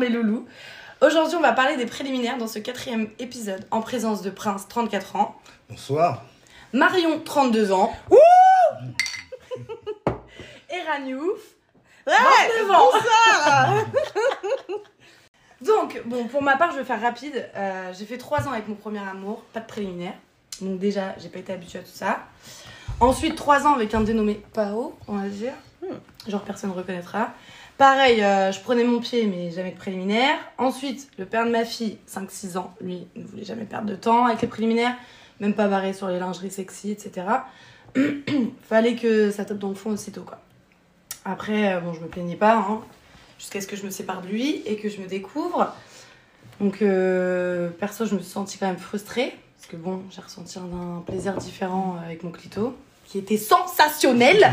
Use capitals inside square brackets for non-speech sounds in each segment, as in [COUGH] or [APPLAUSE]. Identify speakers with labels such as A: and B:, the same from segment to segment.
A: mes loulous. Aujourd'hui, on va parler des préliminaires dans ce quatrième épisode en présence de Prince, 34 ans,
B: Bonsoir.
A: Marion, 32 ans. Et Raniouf, 29 ans. [LAUGHS] Donc, bon, pour ma part, je vais faire rapide. Euh, j'ai fait 3 ans avec mon premier amour, pas de préliminaire. Donc, déjà, j'ai pas été habituée à tout ça. Ensuite, 3 ans avec un dénommé Pao, on va dire. Genre, personne ne reconnaîtra. Pareil, euh, je prenais mon pied, mais jamais de préliminaire. Ensuite, le père de ma fille, 5-6 ans, lui, ne voulait jamais perdre de temps avec les préliminaires, même pas barré sur les lingeries sexy, etc. [CLEARS THROAT] Fallait que ça tape dans le fond aussitôt, quoi. Après, euh, bon, je me plaignais pas, hein, jusqu'à ce que je me sépare de lui et que je me découvre. Donc, euh, perso, je me suis sentie quand même frustrée, parce que bon, j'ai ressenti un, un plaisir différent euh, avec mon clito, qui était sensationnel.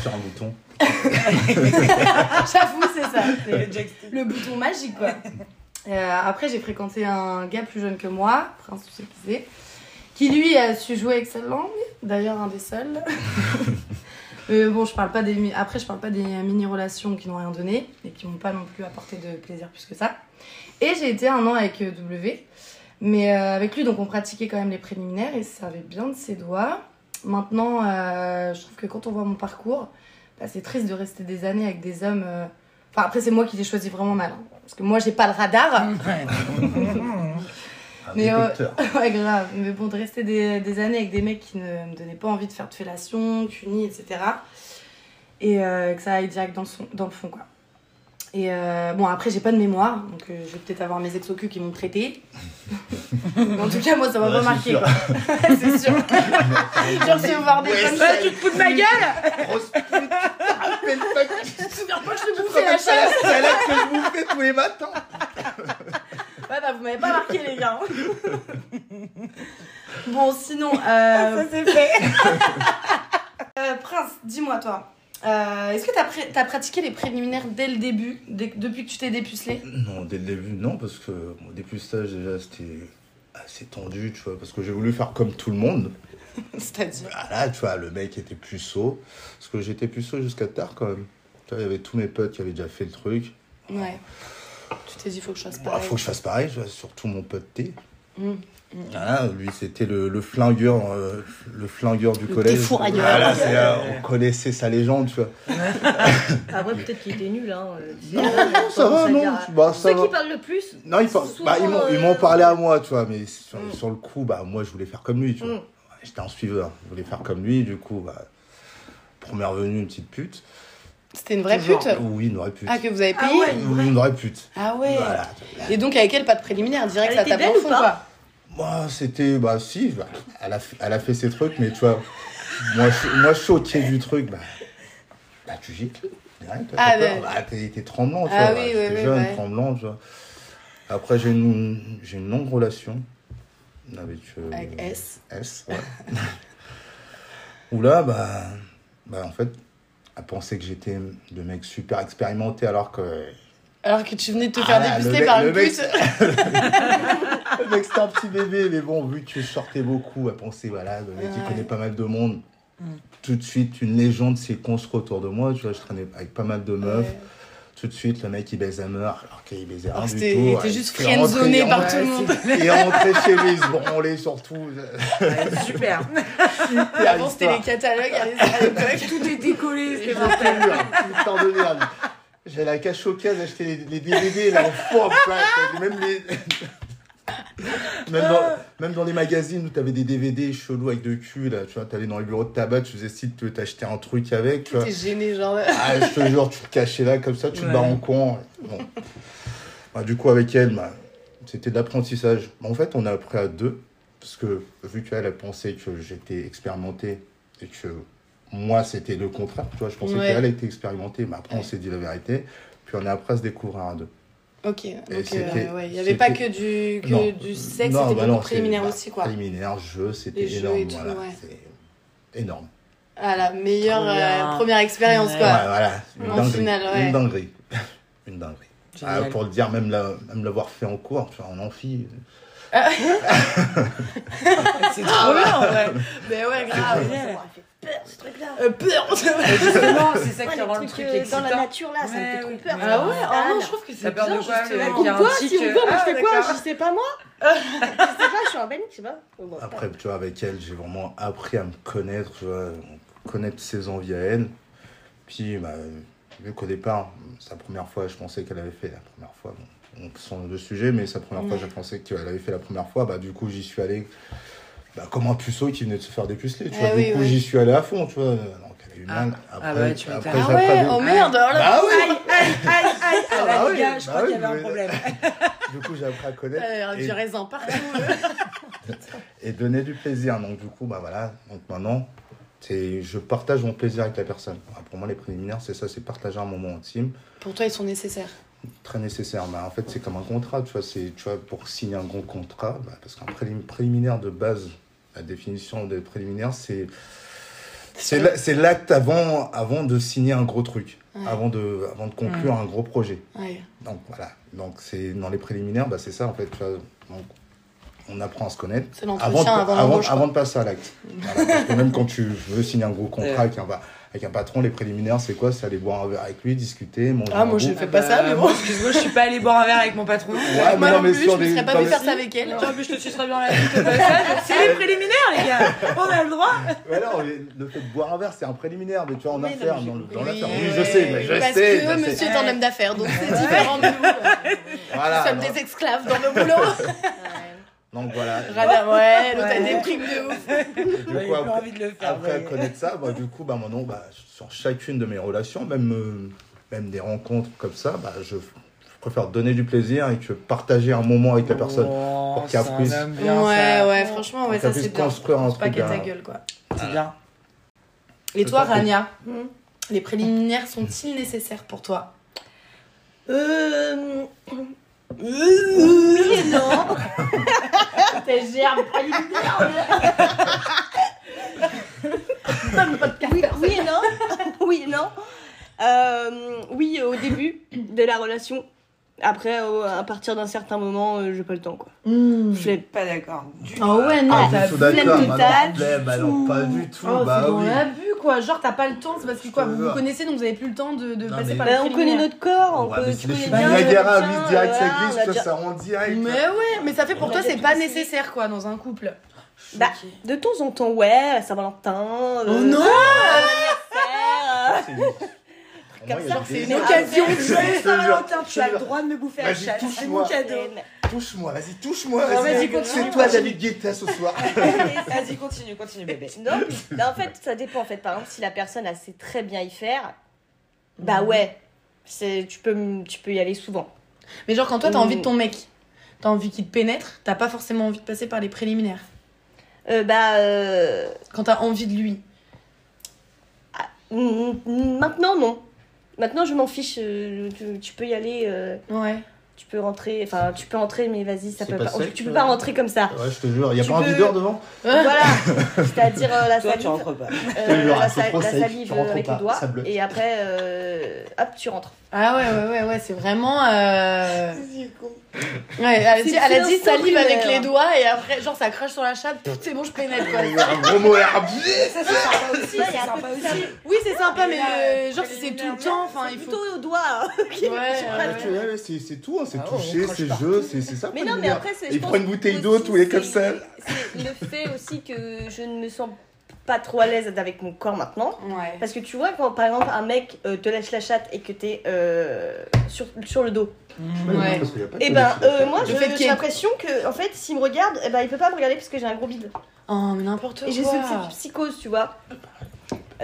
B: Sur un bouton.
A: [LAUGHS] J'avoue, c'est ça. C'est le bouton magique, quoi. Euh, après, j'ai fréquenté un gars plus jeune que moi, Prince, tu sais qui c'est, qui lui a su jouer avec sa langue. D'ailleurs, un des seuls. Mais bon, je parle pas des. mi- Après, je parle pas des mini-relations qui n'ont rien donné et qui m'ont pas non plus apporté de plaisir plus que ça. Et j'ai été un an avec euh, W. Mais euh, avec lui, donc on pratiquait quand même les préliminaires et ça avait bien de ses doigts. Maintenant, euh, je trouve que quand on voit mon parcours, bah, c'est triste de rester des années avec des hommes. euh, Enfin, après, c'est moi qui les choisis vraiment mal. hein. Parce que moi, j'ai pas le radar.
B: Un
A: Mais, euh,
B: détecteur.
A: [LAUGHS] ouais, grave. Mais bon, de rester des, des années avec des mecs qui ne me donnaient pas envie de faire de fellation, cunis, etc. Et euh, que ça aille direct dans le, son- dans le fond, quoi. Et euh, bon, après, j'ai pas de mémoire, donc euh, je vais peut-être avoir mes ex au cul qui m'ont [LAUGHS] traité. Mais en tout cas, moi, ça m'a
B: Ouais,
A: pas
B: c'est
A: marqué,
B: sûr.
A: quoi. [LAUGHS] c'est
B: [LAUGHS]
A: sûr. J'ai reçu voir des comme ça, tu te fous de ma gueule
B: Grosse pute, tu te rappelles pas que tu
A: Je me souviens pas que je te
B: te
A: bouffais la
B: rappelles pas
A: chaise
B: la salade que je bouffais tous les matins.
A: Ouais, bah, vous m'avez pas marqué, les gars. [LAUGHS] bon, [LAUGHS] sinon. euh,
C: c'est fait.
A: [LAUGHS] Euh, Prince, dis-moi toi, euh, est-ce que t'as pré- t'as pratiqué les préliminaires dès le début, dès- depuis que tu t'es dépucelé
B: Non, dès le début, non, parce que mon dépistage, déjà, c'était assez tendu, tu vois, parce que j'ai voulu faire comme tout le monde.
A: C'est-à-dire
B: Voilà, tu vois, le mec était puceau, parce que j'étais puceau jusqu'à tard, quand même. Tu vois, il y avait tous mes potes qui avaient déjà fait le truc.
A: Ouais. Tu t'es dit, faut que je fasse
B: Bah,
A: pareil.
B: faut que je fasse pareil, tu vois, surtout mon pote T.
A: Mm.
B: Voilà, lui, c'était le, le flingueur, euh, le flingueur du
A: Le
B: collège.
A: défourailleur.
B: Voilà, c'est, euh, on connaissait sa légende, tu vois.
C: Après, peut-être qu'il était nul. Hein.
B: Non, non, ça va, non. Bah, ça
C: euh, Ceux
B: va.
C: qui parlent le plus.
B: Non, ils, par-
C: souvent,
B: bah, ils m'ont, ils m'ont
C: euh,
B: parlé à moi, tu vois, mais sur,
C: Mm.
B: sur le coup, bah, moi, je voulais faire comme lui, tu vois.
C: Mm.
B: J'étais un suiveur, je voulais faire comme lui, du coup, bah, première venue, une petite pute.
D: C'était une vraie
A: Toujours.
D: pute
B: Oui, une vraie pute.
D: Ah, que vous avez
A: Ah
D: payé
A: ouais.
B: Oui, une vraie pute.
D: Ah ouais.
B: Voilà.
D: Et donc, avec elle, pas de préliminaire, direct,
C: Elle
D: ça
C: était
D: tape dans
C: belle
D: le
C: ou
D: fond,
C: pas
D: quoi.
B: Moi, c'était, bah, si, bah, elle, a, fait- elle a fait ses trucs, mais tu vois, moi, cho- moi choqué du truc, bah, bah tu gicles. Direct, toi,
D: Ah,
B: t'as peur.
D: ouais.
B: Bah, t'es, t'es tremblant, tu
D: Ah
B: vois.
D: oui,
B: bah,
D: oui,
B: t'es
D: oui,
B: jeune,
D: ouais.
B: tremblant, tu vois. Après, j'ai une, j'ai une longue relation avec. euh,
D: Avec S.
B: S, ouais. [LAUGHS] Où là, bah, bah, en fait, à penser que j'étais le mec super expérimenté alors que.
D: Alors que tu venais de te
B: Ah
D: faire
B: là, le
D: déguster
B: mec-
D: par
B: le
D: une
B: mec-
D: pute.
B: [LAUGHS] Le mec, c'était un petit bébé, mais bon, vu que je sortais beaucoup, à penser, voilà, le mec qui
D: Ouais. Mm.
B: connaît pas mal de monde, tout de suite, une légende s'est construite autour de moi. Tu vois, je traînais avec pas mal de
D: [LAUGHS]
B: meufs.
D: Ouais.
B: Tout de suite, le mec, il baise la meuf, alors qu'il baisait rien
D: Alors que
B: Ah, du tout.
D: c'était- il était
B: Ouais,
D: juste
B: il est rentré-
D: friendzonné par
B: ouais,
D: tout le monde. [LAUGHS]
B: Il est rentré chez lui, il se branlait surtout.
C: Super.
D: Avant, c'était les catalogues, allez,
B: [LAUGHS]
D: allez, allez.
C: Tout est décollé. c'était
B: J'ai
C: bon.
B: Putain de merde. J'ai la cache au case, acheté les, les DVD, là, en forme, là, même les... [LAUGHS] Même dans, même dans les magazines où t'avais des DVD chelous avec deux culs, là, tu vois, t'allais dans les bureaux de tabac, tu faisais si tu t'achetais un truc avec, tu vois.
D: T'es gêné, genre.
B: Ah, je te jure, tu te cachais là, comme ça, tu te
C: Ouais.
B: barres en courant. Bon. Bah, du coup, avec elle, bah, c'était de l'apprentissage. Bah, En fait, on a appris à deux, parce que vu qu'elle elle pensait que j'étais expérimenté et que moi, c'était le contraire, tu vois, je pensais
D: Ouais.
B: qu'elle était expérimentée, mais après, on s'est dit la vérité. Puis on a appris à se découvrir à deux.
D: Ok, donc,
B: c'était-
D: euh, ouais, il n'y avait pas que
B: c'était-
D: du,
B: Non.
D: que du sexe,
B: Non,
D: c'était
B: bah
D: beaucoup
B: non, c'est-
D: préliminaire
B: bah,
D: aussi, quoi.
B: Préliminaire, jeu, c'était
D: Les jeux
B: énorme.
D: et tout,
B: voilà,
D: ouais.
B: c'est énorme.
D: Ah, la meilleure
C: Trop bien.
D: euh, première expérience,
C: Ouais.
D: quoi.
B: Ouais, voilà, une
D: En
B: dinguerie.
D: finale, ouais.
B: Une dinguerie. [LAUGHS] une dinguerie. Ah,
C: Génial.
B: pour le dire, même la- même l'avoir fait en cours, tu vois, en amphi.
C: C'est trop bien en vrai.
D: Mais ouais, grave.
C: génial.
D: Ça m'aurait fait peur, ce truc-là. Ben euh, peur.
E: Justement, c'est ça
F: Ouais,
E: qui
F: les
E: rend le truc
F: trucs, euh, dans la
E: excitant.
F: nature là, ça me
E: Ouais,
F: fait trop
E: oui.
F: peur.
D: Ah ouais, ah non,
F: non.
D: je trouve que c'est
E: La peur
D: bien
E: de quoi, le-
D: justement.
E: Il y a un
F: Quoi,
E: petit
F: si on
E: que-
F: me voit, moi
E: Ah,
F: je fais quoi
E: d'accord.
F: Je
D: [LAUGHS]
F: sais pas moi. Je sais pas, je suis en panique, je sais pas. Bon, bon, c'est pas
B: Après, tu vois, avec elle, j'ai vraiment appris à me connaître, tu vois, connaître ses envies à elle. Puis, bah, vu qu'au départ, sa première fois, je pensais qu'elle avait fait la première fois. Bon, on sent le sujet, mais sa première fois, je pensais qu'elle avait fait la première fois. Bah, du coup, j'y suis allé bah, comme un puceau qui venait de se faire dépuceler. Tu vois,
D: Eh
B: du
D: oui,
B: coup,
D: oui.
B: j'y suis allé à fond, tu vois. Donc, elle a eu
E: Ah.
B: mal.
E: Ah
B: Après,
E: bah ouais, tu
B: après,
E: m'étonnes.
B: j'ai pas vu.
D: oh merde, alors là,
B: Bah oui,
E: Aïe, aïe, aïe, aïe. Ah
B: Ah
E: bah,
B: oui,
E: les gars, je
B: bah
E: crois
B: oui,
E: qu'il y avait
B: mais-
E: un problème.
B: [LAUGHS] du coup, j'ai appris à connaître.
D: t'as
B: Bah, Et-
D: euh, du raisin partout.
B: et donner du plaisir. Donc du coup, bah voilà, donc maintenant, c'est je partage mon plaisir avec la personne. Ah, pour moi, les préliminaires, c'est ça, c'est partager un moment intime,
D: Pour toi, ils sont nécessaires.
B: très nécessaire. Mais en fait, c'est comme un contrat, tu vois, c'est tu vois pour signer un gros contrat, bah, parce qu'un prélim- préliminaire de base, la définition des préliminaires, c'est c'est la- c'est l'acte avant avant de signer un gros truc,
D: Ouais.
B: avant de avant de conclure un gros projet.
D: Ouais.
B: Donc voilà, donc c'est dans les préliminaires, bah, c'est ça en fait, tu vois. Donc, on apprend à se connaître
D: C'est
B: avant de,
D: l'entretien avant
B: avant-
D: l'embauche. quoi.
B: avant de passer à l'acte. Voilà, parce que même quand tu veux signer un gros contrat avec un, pa- avec un patron, les préliminaires, c'est quoi C'est aller boire un verre avec lui, discuter, manger
D: Ah,
B: un
D: moi,
B: bout.
D: je fais pas ça, mais bon.
E: moi, Excuse-moi, je suis pas allée boire un verre avec mon patron.
B: Ouais, mais
D: Moi
B: non,
D: non
B: mais
D: plus, je
B: sur
D: me
B: des-
D: serais pas
B: dans
D: vu
B: les-
D: faire ça avec elle.
E: Tiens, mais je te sucerai bien la bite au passage. C'est les préliminaires, les gars. On a le droit.
B: Ouais, non, mais le fait de boire un verre, c'est un préliminaire, mais tu vois, en
F: Oui, non,
B: affaire,
F: mais j'ai
B: dans,
F: compris.
B: dans l'affaire.
D: Oui,
B: Oui, je sais, mais je
D: Parce
B: sais.
D: que
B: je sais.
D: monsieur est un homme d'affaires, donc c'est différent de nous. Nous
B: Voilà.
D: sommes
B: donc-
D: des esclaves dans nos boulots. [LAUGHS]
B: Donc voilà.
D: Radar, ouais, l'autre a
E: Ouais.
D: des primes de ouf.
B: Du
E: J'ai
B: coup,
E: plus
B: après-
E: envie de le faire.
B: Après
E: ouais.
B: connaître ça, bah, du coup, bah, maintenant, bah, sur chacune de mes relations, même, euh, même des rencontres comme ça, bah, je, je préfère donner du plaisir et que partager un moment avec la personne.
E: Oh,
B: pour
E: c'est
B: qu'elle
E: un
B: puisse-
E: homme bien,
D: Ouais,
E: ça.
D: ouais, franchement, ouais,
B: Pour qu'elle
D: ça c'est
B: puisse
D: bien.
B: construire un
D: C'est pas
B: truc. bah,
D: qu'à ta
B: un-
D: gueule, quoi.
E: C'est bien.
D: Et
B: Je
D: toi,
B: t'en prie.
D: Rania, les préliminaires sont-ils nécessaires pour toi
F: Euh. euh,
D: [LAUGHS]
F: non.
D: T'es germe Mmh.
F: Oui, oui et non. [LAUGHS] Oui et non. Euh, oui, au début de la relation. Après, au- à partir d'un certain moment, euh, j'ai pas le temps quoi. Je l'ai-
E: Pas d'accord. Du tout.
D: Oh ouais, non,
B: Ah,
D: t'as
B: du tout
D: flemme
B: d'accord, bah
D: de
B: non,
D: ta-
B: flemme, bah non, pas du tout,
D: Oh,
B: bah
D: c'est dans
B: oui.
D: l'abus quoi, genre t'as pas le temps, c'est parce que quoi,
B: te
D: vous vous
B: jure.
D: connaissez donc vous avez plus le temps de, de
B: Non,
D: passer
B: mais-
D: par les
F: Bah, on connaît
D: préliminaires.
F: notre corps, on
B: Ouais,
F: peut,
B: bah, mais
F: tu
B: les
F: connais
B: cheveux
F: bien.
B: Niagara,
F: le
B: lui,
F: médecin,
B: direct, ça
F: voilà, on
B: glisse,
F: a
B: ça,
F: déjà-
B: ça rend direct.
D: Mais ouais, mais ça fait pour
F: On
D: toi
F: a déjà
D: c'est pas
F: tout essayé.
D: nécessaire quoi dans un couple.
F: Bah, de temps en temps, ouais, la Saint-Valentin.
D: Oh [LAUGHS]
F: euh,
D: non
F: l'anniversaire, euh,
B: C'est- pour
F: Comme
B: moi, il y a
F: ça,
B: des-
F: c'est
B: des-
F: une occasion.
B: Je te jure,
E: Saint-Valentin,
B: je
E: tu
B: te
E: as le
B: jure.
E: droit de me bouffer la
B: Vas-y,
E: chatte. C'est mon
F: euh.
B: touche-moi.
E: cadeau.
B: Touche-moi, vas-y, touche-moi.
E: Non, vas-y,
B: vas-y.
E: continue,
B: C'est toi,
E: continue.
B: David Guetta, ce soir.
E: Vas-y, continue, continue, bébé.
F: Non, mais bah, en fait, ça dépend. En fait, par exemple, si la personne elle sait très bien y faire,
D: Mm.
F: bah ouais, c'est tu peux m- tu peux y aller souvent.
D: Mais genre quand toi t'as
F: Mm.
D: envie de ton
B: Oh.
D: mec, t'as envie qu'il te pénètre, t'as pas forcément envie de passer par les préliminaires.
F: Euh, bah euh,
D: Quand t'as envie de lui.
F: m- m- Mm, maintenant non. Maintenant, je m'en fiche. euh, tu, tu peux y aller. euh,
D: Ouais.
F: tu peux rentrer. Enfin, tu peux rentrer, mais vas-y, ça
B: C'est
F: peut
B: pas
F: pas.
B: sec,
F: tu peux
B: euh.
F: pas rentrer
B: [LAUGHS]
F: comme ça.
B: Ouais, je te jure, il n'y a
F: Tu
B: pas un
F: peux-
B: videur devant
D: Euh,
F: voilà. C'est-à-dire euh, la
E: Toi, tu
F: salive,
E: rentres pas.
F: euh,
B: jure,
F: la,
B: c'est
F: sa-
B: trop
F: la
B: sec,
F: salive
B: tu rentres
F: avec
B: pas,
F: les doigts,
B: ça bloque.
F: et après, euh, hop, tu rentres.
D: Ah ouais, ouais, ouais, ouais, c'est vraiment. [LAUGHS] Euh... Ouais, elle a dit, elle a dit
F: C'est un
D: salive avec les
F: primaire.
D: doigts et après, genre ça crache sur la chatte, Pff, c'est bon, je pénètre quoi.
B: Il y a un gros mot herbier.
E: Ça, c'est sympa aussi.
F: Ouais,
E: C'est
F: y a un peu
E: sympa
F: de
E: aussi.
D: Oui, c'est sympa, mais
E: là,
D: euh, genre si c'est tout le temps, enfin il faut.
F: Plutôt au doigt. hein.
D: Ouais, ouais, ouais.
B: Ouais, ouais, c'est c'est tout, hein, c'est
E: Ah, on
B: toucher,
E: crache
B: c'est
E: partout.
B: jeu, c'est c'est ça.
F: [LAUGHS] Mais
B: quoi,
F: non,
B: le
F: mais
B: délire.
F: après, c'est.
B: Et
F: je
B: il
F: pense
B: prend une bouteille
F: aussi,
B: d'eau tous les
F: c'est-
B: comme ça.
F: C'est le fait aussi que je ne me sens pas trop à l'aise avec mon corps maintenant.
D: Ouais.
F: Parce que tu vois, quand par exemple un mec euh, te lèche la chatte et que t'es euh, sur, sur le dos,
D: Ouais.
B: Parce qu'il y a pas
F: et
B: que
F: ben
B: des
F: euh,
B: filles.
F: moi je-
D: Le fait qu'il y
F: j'ai
D: ait-
F: l'impression que en fait s'il me regarde, eh ben, il peut pas me regarder parce que j'ai un gros bide.
D: Oh, mais n'importe quoi.
F: Et j'ai ce- cette psychose, tu vois.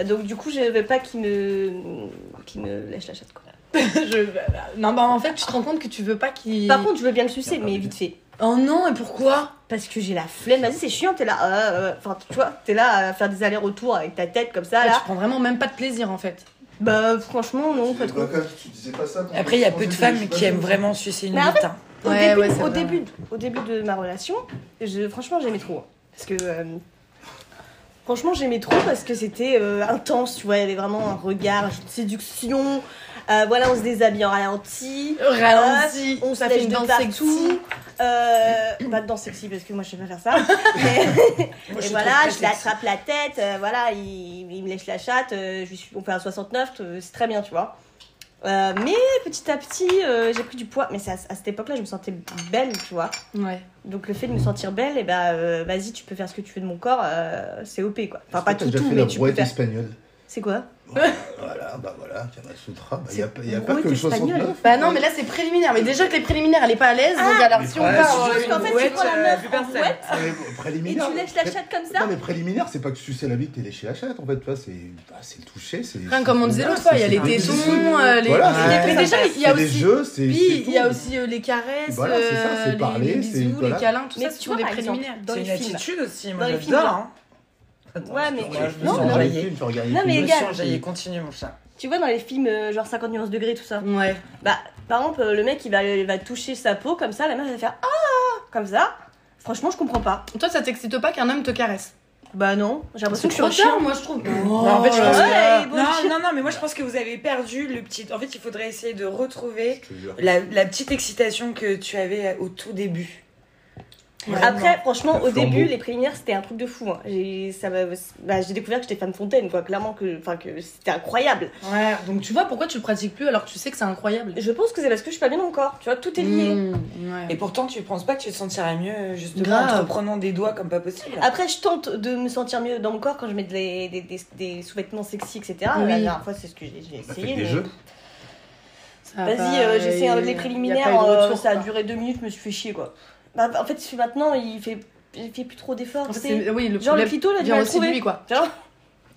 F: Donc du coup, je veux pas qu'il me, qu'il me lèche la chatte quoi.
D: Je- Non, bah en fait, tu te rends compte que tu veux pas qu'il.
F: Par contre, je veux bien le sucer,
B: Non, pas
F: mais
B: obligé.
F: vite fait.
D: Oh non, et pourquoi
F: Parce que j'ai la flemme, vas-y, c'est chiant, t'es là, euh, euh, enfin, tu vois, t'es là à faire des allers-retours avec ta tête comme ça,
D: Ouais,
F: là.
D: Bah, Tu prends vraiment même pas de plaisir en fait.
F: Bah, franchement, non,
B: Tu
F: pas
B: disais
F: trop.
B: pas comme- tu disais pas ça quand-
E: Après, il y a
B: quand
E: peu de
B: tu
E: femmes
B: disais
E: qui
B: pas
E: aiment
B: ça.
E: vraiment sucer une
F: Mais en
E: bite. hein.
F: Au,
D: Ouais,
F: début,
D: ouais, c'est vrai.
F: au, début, au début de ma relation, je, franchement, j'aimais trop. hein. Parce que. euh, franchement, j'aimais trop parce que c'était euh, intense, tu vois, il y avait vraiment un regard, une séduction. Euh, voilà, on se déshabille en ralenti.
D: Ralenti,
F: Hop, on se
D: ça fait
F: lèche
D: une
F: de
D: danse
F: partout.
D: sexy.
F: Euh, pas de danse sexy parce que moi je sais pas faire ça. [LAUGHS] Mais- et voilà, je l'attrape la tête, euh, voilà, il, il me lèche la chatte, euh, je lui suis- on fait un 69, euh, c'est très bien, tu vois. Euh, mais petit à petit, euh, j'ai pris du poids. Mais c'est à, à cette époque-là, je me sentais belle, tu vois.
D: Ouais.
F: Donc le fait de me sentir belle, et ben euh, vas-y, tu peux faire ce que tu veux de mon corps, euh, c'est OP quoi. Enfin,
B: Est-ce
F: pas
B: que t'as
F: tout,
B: déjà
F: tout,
B: fait la
F: mais tu peux
B: boîte
F: faire.
B: espagnole.
F: C'est quoi
B: Voilà, bah voilà, Kama Sutra. Il n'y a,
F: C'est
B: pas- y a pas
F: gros
B: que le
F: espagnol.
B: 69.
D: Bah non, mais là c'est préliminaire. Mais déjà que les préliminaires, elle est pas à l'aise. donc alors
B: mais
D: si on
B: ouais,
D: part.
B: c'est
D: en-
F: Parce qu'en fait, tu
E: Brouette,
F: prends la
E: euh,
F: meuf
E: plus
F: en
E: personne.
F: brouette
B: Ouais,
F: et
B: préliminaire.
F: tu lèches la chatte comme ça.
B: Non, mais préliminaire, c'est pas que sucer la bite et lécher la chatte, en fait, tu vois, c'est bah, c'est le toucher. c'est-
D: Rien
B: c'est-
D: comme on disait l'autre fois, il y a
B: c'est-
D: les
B: c'est-
D: tétons, euh, les.
B: Voilà,
D: mais
B: c'est-
D: mais déjà, il y a
B: c'est des
D: aussi.
B: jeux, c'est.
D: Puis
B: c'est
D: il y a
B: tout.
D: aussi euh, les caresses,
B: Voilà, c'est ça, c'est
D: euh, les-
B: parler,
D: les
B: c'est-
D: bisous, les
B: voilà.
D: câlins, tout
F: Mais
D: ça,
F: tu
D: ce sont
F: vois,
D: des
F: par exemple,
D: préliminaires.
F: dans
E: C'est
F: les
E: une
F: films.
E: attitude aussi, moi
F: Dans les films,
E: j'adore. hein.
F: Ouais, mais-
B: Ouais, je me
E: Non,
B: sens
E: mais
B: dans les
E: gars.
B: films, je regarde les
F: Non,
B: films.
F: mais
E: Je me
F: gars.
E: sens enjaillée, continue mon chat.
F: Tu vois dans les films euh, genre 50 nuances degrés tout ça.
D: Ouais.
F: Bah par exemple euh, le mec il va, il va toucher sa peau comme ça, la meuf elle va faire ah comme ça. Franchement je comprends pas.
D: Toi, ça t'excite pas qu'un homme te caresse
F: Bah non, j'ai l'impression
D: C'est
F: que je suis un
D: trop
F: chien.
D: tard, moi je trouve.
E: Non, en fait, je
F: là
E: pense
F: là.
E: que-
F: Ouais, il est beau,
E: non,
F: le
E: non, non, mais moi je pense que vous avez perdu le petit. En fait, il faudrait essayer de retrouver
B: Je te jure.
E: la, la petite excitation que tu avais au tout début.
D: Ah,
F: Après franchement
B: Le
F: au
B: flambeau.
F: début les préliminaires c'était un truc de fou. hein. J'ai ça m'a- bah, j'ai découvert que j'étais fan de Fontaine quoi, clairement que, enfin, que c'était incroyable.
D: Ouais, donc tu vois pourquoi tu le pratiques plus alors que tu sais que c'est incroyable.
F: Je pense que c'est parce que je suis pas bien dans mon corps, tu vois tout est lié.
D: Mmh, ouais.
E: Et pourtant, tu penses pas que tu te sentirais mieux justement
D: Grave.
E: en te prenant des doigts comme pas possible
F: Après, je tente de me sentir mieux dans mon corps quand je mets des, des, des- des sous-vêtements sexy, etc.
D: Oui.
F: La dernière fois, c'est ce que j'ai j'ai
B: Bah, faites
F: essayé.
B: des
F: mais-
B: jeux.
D: Ça va
F: Vas-y,
D: pas,
F: euh, j'essaie euh,
D: Ah bah, il-
F: les
D: il y
F: préliminaires.
D: a pas eu de
F: euh,
D: retour,
F: ça a
D: quoi.
F: duré deux minutes, je me suis fait chier quoi. Bah, en fait, celui maintenant, il fait, il fait plus trop d'efforts.
D: En fait,
F: tu
D: c'est-
F: sais.
D: Oui, le
F: Genre le
D: problème
F: clito, là, tu
D: vient
F: vas le
D: aussi de
F: trouver.
D: lui, quoi.
F: Genre,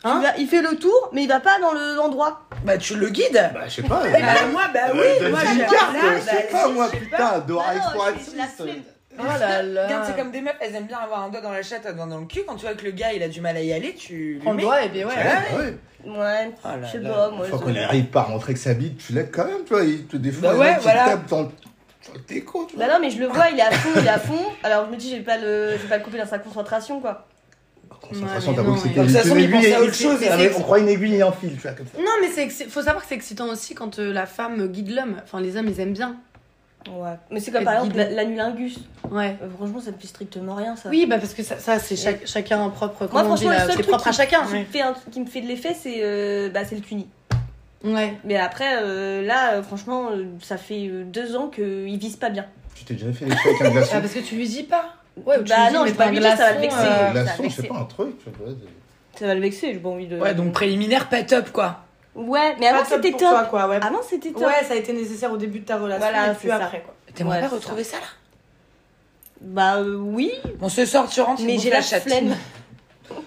D: Hein
F: il, va- il fait le tour, mais il va pas dans le- l'endroit.
E: Bah, tu le guides
B: Bah, je sais pas.
E: Bah, moi, bah oui,
B: Euh,
E: moi
B: donne-lui
E: j'ai
B: une carte, je sais pas, moi, putain, Dora
F: Bah non,
B: Exploratrice.
F: je- je la flemme.
D: Oh là
E: Regarde,
D: là.
E: c'est comme des meufs, elles aiment bien avoir un doigt dans la chatte, un doigt dans le cul. Quand tu vois que le gars il a du mal à y aller, tu. lui
D: Prends le
E: mets.
D: doigt et bien ouais.
B: Ouais, ouais.
F: Ouais,
E: Oh là
F: je sais
E: là.
F: pas, moi.
B: Une fois
F: je-
B: qu'on arrive pas à rentrer avec sa bite, tu l'aides quand même, tu vois. Il te défoule,
E: Bah
B: le
E: ouais,
B: mec, il
E: voilà.
B: tape dans le dans le déco, tu vois.
F: Bah non, mais je le vois, il est à fond, il est à fond. Alors je me dis, je vais pas le, je vais pas le couper dans sa concentration quoi.
B: Concentration,
D: Ouais,
B: t'as
D: mais
B: compris que c'était
E: non, mais- De toute façon,
B: une
E: il pense
B: aiguille
E: à
B: et-
E: autre chose,
B: Ah,
E: mais
B: mais
E: c'est-
B: On croit une aiguille et un fil, tu vois, comme ça.
D: Non, mais c'est exci- faut savoir que c'est excitant aussi quand euh, la femme guide l'homme. Enfin, les hommes, ils aiment bien.
F: Ouais. Mais c'est comme
D: Et
F: par exemple
D: guidon.
F: la- l'anulingus.
D: Ouais.
F: Euh, franchement, ça me fait strictement rien ça.
D: Oui, bah parce que ça, ça c'est chaque- chacun en propre.
F: Moi,
D: comment on dit,
F: franchement, le
D: là,
F: seul
D: c'est
F: truc
D: propre à chacun.
F: Qui, me fait un- qui me fait de l'effet, c'est euh, bah, c'est le cuni.
D: Ouais.
F: Mais après, euh, là, euh, franchement, euh, ça fait euh, deux ans qu'il vise pas bien.
B: Tu t'es [LAUGHS] déjà fait les choses avec un glaçon
D: Ah, parce que tu lui dis pas. Ouais, ou tu
F: bah
D: lui dis,
F: non,
D: mais
F: je vais pas
D: t'as un
F: lui dire, ça va le
D: glaçon,
F: vexer.
D: euh,
B: Un
F: ça,
B: glaçon,
F: va le
B: je sais
F: vexer.
B: pas, un truc, tu vois. c'est-
F: ça va le vexer, j'ai pas envie de.
E: Ouais, donc préliminaire, pas top quoi.
F: Ouais, mais avant
D: Pas top
F: c'était
D: pour
F: top.
D: toi, quoi, ouais.
F: Avant c'était top.
D: Ouais, ça a été nécessaire au début de ta relation.
F: Voilà,
D: et
F: c'est
D: puis
F: ça.
D: après, quoi.
E: T'aimerais
F: Ouais,
E: pas
F: c'est
E: retrouver ça, là
F: Bah euh, oui,
E: On se sort, tu rentres, tu
F: mais
E: bouffes
F: j'ai la
E: chatte.
F: flemme.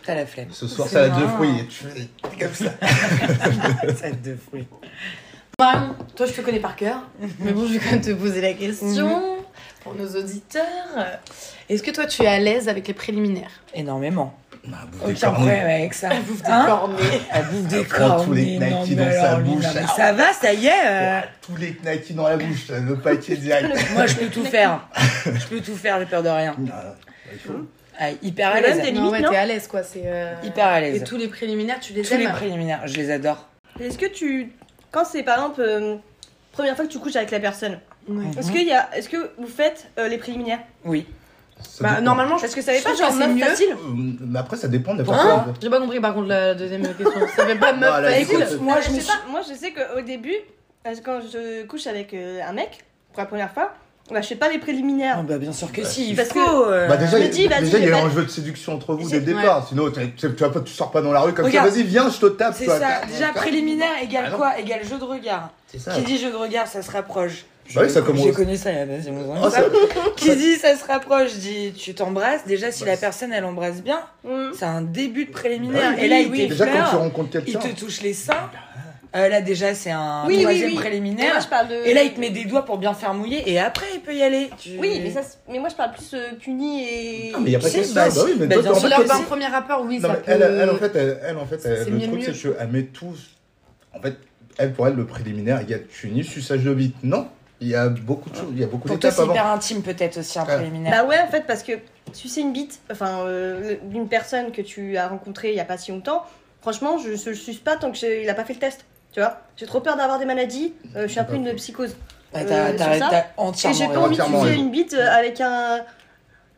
E: T'as la flemme.
B: Ce soir,
E: C'est
B: ça a deux
E: marrant.
B: fruits et tu fais comme ça.
E: [LAUGHS] ça a deux fruits.
D: Marion, toi, je te connais par cœur. [LAUGHS] Mhm. mais bon, je vais quand même te poser la question. Pour nos auditeurs, est-ce que toi tu es à l'aise avec les préliminaires
E: Énormément.
B: Bah, bouffe des
E: Aucun problème
B: cornets.
E: avec ça. Elle bouffe des
D: Hein Cornet.
E: Elle bouffe des
B: Elle prend tous les
E: cornets. Non,
B: knackis
E: mais
B: dans sa
E: alors, lui,
B: bouche.
E: non, mais Ça va, ça y est. euh,
B: Ouais, Ah, Tous les knackis dans la bouche, là, le paquet direct.
E: [LAUGHS] Moi, je peux
B: [LAUGHS]
E: tout faire. Je peux tout faire, j'ai peur de rien.
B: Ah, il faut-
E: Ah, hyper à
F: Mais même
E: l'aise.
F: des-
D: Non,
F: limites,
D: ouais,
F: non
D: t'es à l'aise, quoi. C'est. euh,
E: Hyper à
D: Et
E: l'aise.
D: tous les préliminaires, tu les
E: Tous les
D: aimes
E: préliminaires, je les adore.
F: Est-ce que tu. Quand c'est par exemple. euh, Première fois que tu couches avec la personne,
D: Ouais.
E: Mhm.
F: est-ce qu'il y a, est-ce que vous faites euh, les préliminaires
E: Oui.
B: ça
D: Bah,
B: dépend.
D: normalement, je
F: Parce que ça fait
D: Je
F: pas
D: trouve
F: genre
D: que c'est
F: meuf
D: mieux.
F: facile.
B: Euh, Mais après, ça dépend de la
E: Pourquoi Bah,
B: personne.
D: Hein J'ai pas compris par contre la deuxième [LAUGHS] question. Ça fait pas Ah, meuf bah,
B: Voilà,
D: facile.
B: écoute. bah,
E: Moi,
F: Ah,
E: je
F: je
E: me
F: sais pas, moi je sais qu'au début, euh, quand je couche avec euh, un mec pour la première fois, bah, je fais pas les préliminaires.
E: Ah, bah, bien sûr que
B: Bah,
E: si, il
F: parce
E: faut. euh,
B: Bah déjà,
F: Je
B: il-
F: dis, vas-y,
B: déjà, il y
F: je
B: a
F: vais
B: un jeu de séduction entre vous dès
D: Et
B: le
D: c'est-
B: départ. Sinon, t'as- tu tu vas pas, tu sors pas dans la rue comme
E: Regarde.
B: ça. Vas-y, viens, je te tape.
E: C'est
B: toi.
E: ça.
B: Tac,
E: Déjà,
B: tac.
E: préliminaire
B: Ah
E: égale
B: non.
E: quoi Égale jeu de regard.
B: C'est ça.
E: Qui dit jeu de regard, ça se rapproche.
B: Bah oui, ça commence.
E: J'ai connu ça, vas-y, mon
B: Ah, ça-
E: Qui dit ça se rapproche, dit tu t'embrasses. Déjà, si
B: Bah,
E: la
B: c'est-
E: personne, elle embrasse bien,
F: Hmm.
E: c'est un début de préliminaire.
B: Bah
E: Et là, il
B: oui, Déjà, quand tu
E: t'effleure,
B: rencontres
E: il
B: quelqu'un,
E: te touche les seins. Euh, là, déjà, c'est un
F: Oui, oui,
E: troisième
F: oui.
E: préliminaire.
F: Moi, je parle de-
E: Et là, il te met des doigts pour bien faire mouiller, et après, il peut y aller. Tu-
F: Oui, mais, ça, c'est- mais moi je parle plus euh, cuni et.
B: Ah, mais il y a pas
E: Si,
B: que ça.
E: bah,
B: Bah oui, mais
E: bah,
B: toi,
E: bien
B: t'es en
E: sûr.
B: fait-
D: Là,
E: Parce que
D: pas un
E: c'est-
D: premier rapport, oui,
B: Non,
D: ça
B: mais
D: peut.
B: elle, elle, en fait, elle, elle, en fait, elle-
D: c'est
B: le
D: mieux
B: truc,
D: mieux.
B: c'est qu'elle met tout. En fait, elle, pour elle, le préliminaire, il y a tunis, suçage de bite. Non, il y a beaucoup de choses, il y a beaucoup
E: Pour toi,
B: d'étapes
E: c'est hyper
B: avant.
E: intime, peut-être aussi, un
B: Ouais.
E: préliminaire.
F: Bah ouais, en fait, parce que sucer une bite, enfin, euh, d'une personne que tu as rencontrée il y a pas si longtemps, franchement, je ne le suce pas tant qu'il a pas fait le test. Tu vois J'ai trop peur d'avoir des maladies, euh, je suis un peu une psychose.
E: Bah,
F: Euh,
E: t'as- t'as-
F: sur ça.
E: t'as
F: Et
E: entièrement
F: j'ai pas
E: raison. Ah,
F: envie
B: entièrement
F: d'utiliser
B: raison.
F: une bite euh, avec un,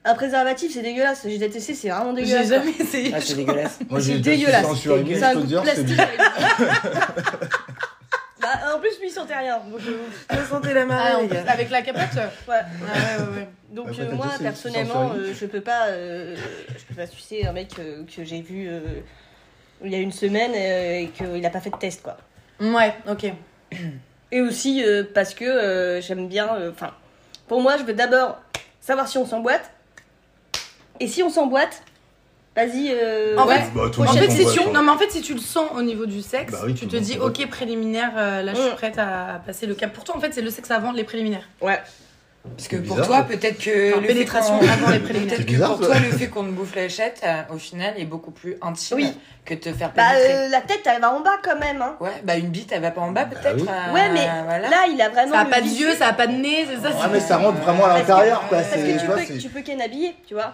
F: un préservatif, c'est dégueulasse. J'ai détesté, c'est vraiment
D: J'ai
F: dégueulasse.
D: jamais essayé.
E: Ah, c'est dégueulasse.
B: Moi,
F: C'est
B: j'ai
F: dégueulasse.
B: déjà sur une
F: C'est
B: je
F: un
B: peux
F: coup
B: te
F: de
B: dire, c'est
F: plastique. [LAUGHS] Bah, en plus, lui, il sentait rien. Donc, euh,
G: Je sentais la marée,
D: Ah,
G: les
D: on-
G: gars.
D: avec la capote
F: ouais.
D: Ah [LAUGHS] ouais, ouais, ouais.
F: Donc
B: Après,
F: euh,
B: t'as
F: moi
B: déjà essayé de
F: personnellement
B: sensorer.
F: euh, je peux pas euh, je peux pas sucer un mec euh, que j'ai vu euh, il y a une semaine euh, et qu'il a pas fait de test quoi.
D: Ouais, ok.
F: Et aussi euh, parce que euh, j'aime bien euh, enfin pour moi je veux d'abord savoir si on s'emboîte et si on s'emboîte vas-y euh,
D: En
F: ouais.
D: fait,
B: Bah, tout le
D: En
B: monde
D: fait,
B: s'en
D: si
B: bat,
D: tu...
B: quoi.
D: Non, mais en fait, si tu le sens au niveau du sexe,
B: Bah oui,
D: tu
B: tout
D: te
B: le monde
D: dis,
B: s'en bat.
D: ok, préliminaire, euh, là, je suis
F: Mm.
D: prête à passer le cap. Pour toi, en fait, c'est le sexe avant les préliminaires.
E: Parce que
B: C'est
E: pour
B: bizarre,
E: toi,
B: ça.
E: peut-être que.
D: Enfin,
E: le fait
D: pénétration
E: qu'on-
D: avant les préliminaires.
E: Peut-être
B: C'est
E: que
B: bizarre,
E: pour
B: ça.
E: toi, le fait qu'on te bouffe la chette, euh, au final, est beaucoup plus intime
F: Oui.
E: que de te faire
F: Bah
E: pénétrer.
F: euh, la tête elle va en bas quand même hein.
E: Ouais, bah une bite, elle va pas en bas,
B: Bah
E: peut-être.
B: oui.
E: euh,
F: Ouais, mais
E: voilà.
F: Là il a vraiment
D: Ça a
F: le
D: pas
F: visu-
D: d'yeux, ça a pas de nez, c'est ça
B: Ah,
D: c'est-
B: mais ça rentre vraiment à
F: Parce que-
B: l'intérieur, quoi.
E: parce
F: parce
B: c'est-
F: que
B: je
F: tu
B: vois,
F: peux,
B: c'est-
F: tu peux ken habillé, tu vois.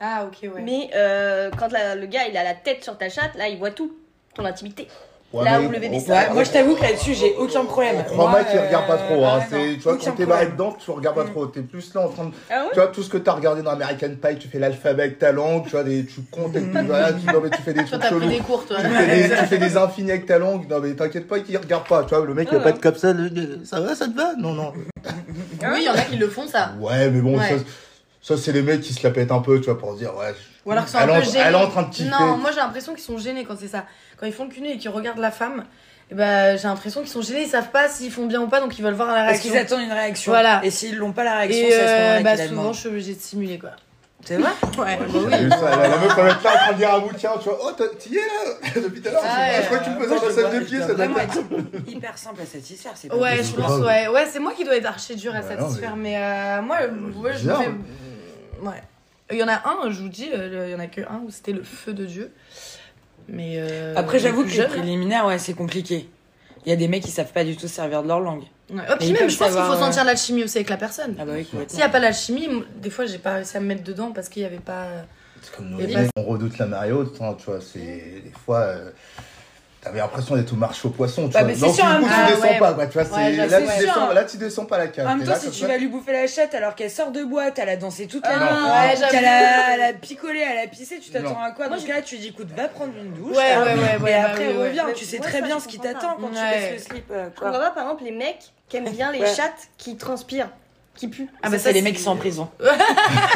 D: Ah, ok, ouais.
F: Mais euh, quand la- le gars il a la tête sur ta chatte, là il voit tout, ton intimité.
B: Ouais,
F: là
B: mais
F: où le bébé
B: on-
F: sort.
E: Ouais, moi, je t'avoue que là-dessus, j'ai aucun problème.
B: Crois-moi
E: Moi,
B: qu'il regarde pas
E: euh,
B: trop. Hein.
E: ah,
B: c'est-
E: non,
B: tu vois,
E: aucun
B: quand t'es
E: problème.
B: barré dedans, tu regardes pas
E: Mm.
B: trop. T'es plus là en train de.
F: Ah ouais
B: Tu vois, tout ce que t'as regardé dans American Pie, tu fais l'alphabet avec ta langue, tu vois, des, tu comptes avec tu, voilà, tu, non, mais tu fais des
D: Toi,
B: trucs
D: t'as pris
B: chelous.
D: des cours, toi.
B: Tu fais, des, tu fais des infinis avec ta langue, non mais t'inquiète pas qu'il regarde pas, tu vois, le mec il va
F: Ouais.
B: pas être comme ça, le- le- ça va, ça te va Non, non.
D: Oui, il y en a qui le font, ça.
B: Ouais, mais bon,
D: Ouais.
B: ça, ça, c'est les mecs qui se la pètent un peu, tu vois, pour se dire, ouais,
D: Ou alors qu'ils sont
B: elle,
D: un
B: est
D: peu
B: en-
D: gênés.
B: elle est en train de kiffer.
D: Non, moi j'ai l'impression qu'ils sont gênés quand c'est ça. Quand ils font le cul nu et qu'ils regardent la femme, eh ben, j'ai l'impression qu'ils sont gênés, ils savent pas s'ils font bien ou pas, donc ils veulent voir la
E: Parce
D: réaction.
E: qu'ils attendent une réaction.
D: Voilà.
E: Et s'ils l'ont pas la réaction,
D: et
E: c'est à ce
D: euh,
E: moment-là
D: bah,
E: qu'ils la
D: souvent
E: demandent.
D: je suis obligée de simuler quoi.
B: [LAUGHS]
E: C'est vrai
D: Ouais.
B: Ouais, j'ai vu ça, la, la meuf elle va être là en train de lire un bouquin, tu vois, oh t'as- t'y es là [LAUGHS] depuis tout à l'heure, je sais
D: Ah,
B: pas, je crois
E: Euh,
B: que tu me
E: moi,
B: faisais
E: je
B: un massage
E: vois,
B: de pied,
E: je dois
B: ça doit
E: vraiment
B: être-
E: être hyper simple à satisfaire, c'est pas
D: Ouais,
B: Mais
D: je
B: c'est
D: pense,
B: grave.
D: ouais. Ouais, c'est moi qui dois être archi dur à
B: Bah non,
D: satisfaire, mais, euh, moi, euh, ouais, je me
B: bizarre.
D: fais. Ouais. Il y en a un, je vous dis, euh, il y en a que un où c'était le feu de Dieu. Mais. euh,
E: Après, j'avoue
D: plus
E: que les
D: jeune,
E: préliminaires, ouais, c'est compliqué. Il y a des mecs qui savent pas du tout servir de leur langue.
D: Ouais. Oh, puis
E: ils
D: même,
E: peuvent
D: je pense qu'il
E: savoir, euh,
D: faut
E: ouais.
D: sentir la chimie aussi avec la personne.
E: Ah bah oui, complètement.
D: S'il n'y a pas la chimie, m- des fois j'ai pas réussi à me mettre dedans parce qu'il n'y avait pas. euh,
B: C'est comme nous,
D: Et
B: les
D: bah-
B: mecs, on redoute la marée haute, hein, tu vois, c'est des fois. euh, T'avais l'impression d'être au marché aux poissons, tu
E: Bah,
B: vois.
E: mais c'est
B: Donc,
E: sûr,
B: du
E: en
B: coup,
E: même
B: tu
D: temps-
B: descends
D: Ah, ouais.
B: pas, quoi, tu vois. c'est-
D: Ouais, j'avoue,
B: là, tu
D: c'est
B: descends,
E: sûr.
B: là, tu descends pas la cave.
E: En même
B: T'es
E: temps,
B: là,
E: si
B: comme
E: tu
B: ça.
E: vas lui bouffer la chatte alors qu'elle sort de boîte, elle a dansé toute la
B: Ah,
E: nuit,
D: ouais, j'avoue.
E: qu'elle a, elle a picolé, elle a pissé, tu t'attends
B: Non.
E: à quoi Donc là, tu dis, écoute, va prendre une douche.
D: Ouais, ouais,
E: alors,
D: ouais, ouais,
E: mais
D: ouais,
E: après,
D: ouais, ouais.
E: reviens,
F: Mais
E: tu sais
F: moi,
E: très
F: ça,
E: bien
F: je
E: ce qui
F: comprends
E: t'attend quand tu
D: Ouais.
E: baisses le slip. euh,
F: Je comprends
E: quoi.
F: pas, par exemple, les mecs qui aiment bien les
E: Ouais.
F: chattes qui transpirent, qui puent.
D: Ah,
E: Ça, bah, c'est les mecs qui sont en prison.
F: Non, mais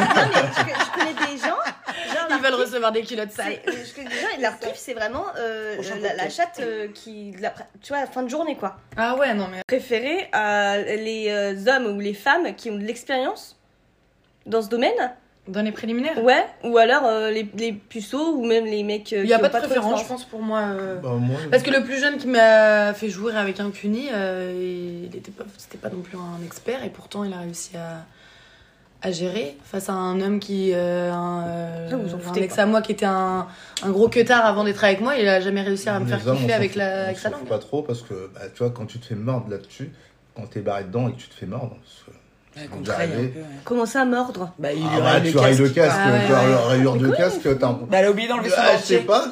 F: [LAUGHS] je, je connais des gens, genre,
D: Ils
F: leur
D: veulent
F: kiff,
D: recevoir des culottes sales.
F: c'est- euh, je connais des gens, leur kiff, c'est vraiment euh,
E: Prochain
F: la, la
E: cocktail.
F: chatte euh, qui, la, tu vois, la fin de journée, quoi.
D: Ah ouais, non mais.
F: Préféré à les euh, hommes ou les femmes qui ont de l'expérience dans ce domaine,
D: Dans les préliminaires
F: ouais, ou alors euh, les, les puceaux ou même les mecs euh,
D: Il n'y a
F: qui
D: pas
F: ont
D: de
F: trop
D: préférence, je
F: d'expérience.
D: pense, pour moi. euh.
B: Bah, moi,
D: Parce que le plus jeune qui m'a fait jouer avec un cuni, euh, il était pas, c'était pas non plus un expert et pourtant il a réussi à, à gérer face à un homme qui, euh, un, euh,
F: Ah, vous vous en
D: un
F: foutez,
D: ex à moi qui était un, un gros queutard avant d'être avec moi, il a jamais réussi à me
B: les
D: faire
B: hommes, on
D: kiffer
B: s'en
D: avec
B: fout-
D: la,
B: on
D: avec sa
B: s'en fout
D: langue.
B: pas trop, parce que, bah, tu vois, quand tu te fais mordre là-dessus, quand t'es barré dedans et que tu te fais mordre, parce que-
E: Ouais,
B: Vous
E: contraire, il y a un
B: arrivez.
E: peu, ouais.
F: Commencer à mordre.
E: Bah, il
B: Bah, Ah, bah,
E: lui aurait
B: tu railles le casque,
D: Ah, ouais,
B: tu as
D: ouais.
B: la rayure de casque, t'as un.
E: Bah, elle a oublié d'enlever son
B: Ah, je sais
E: mortier.
B: pas,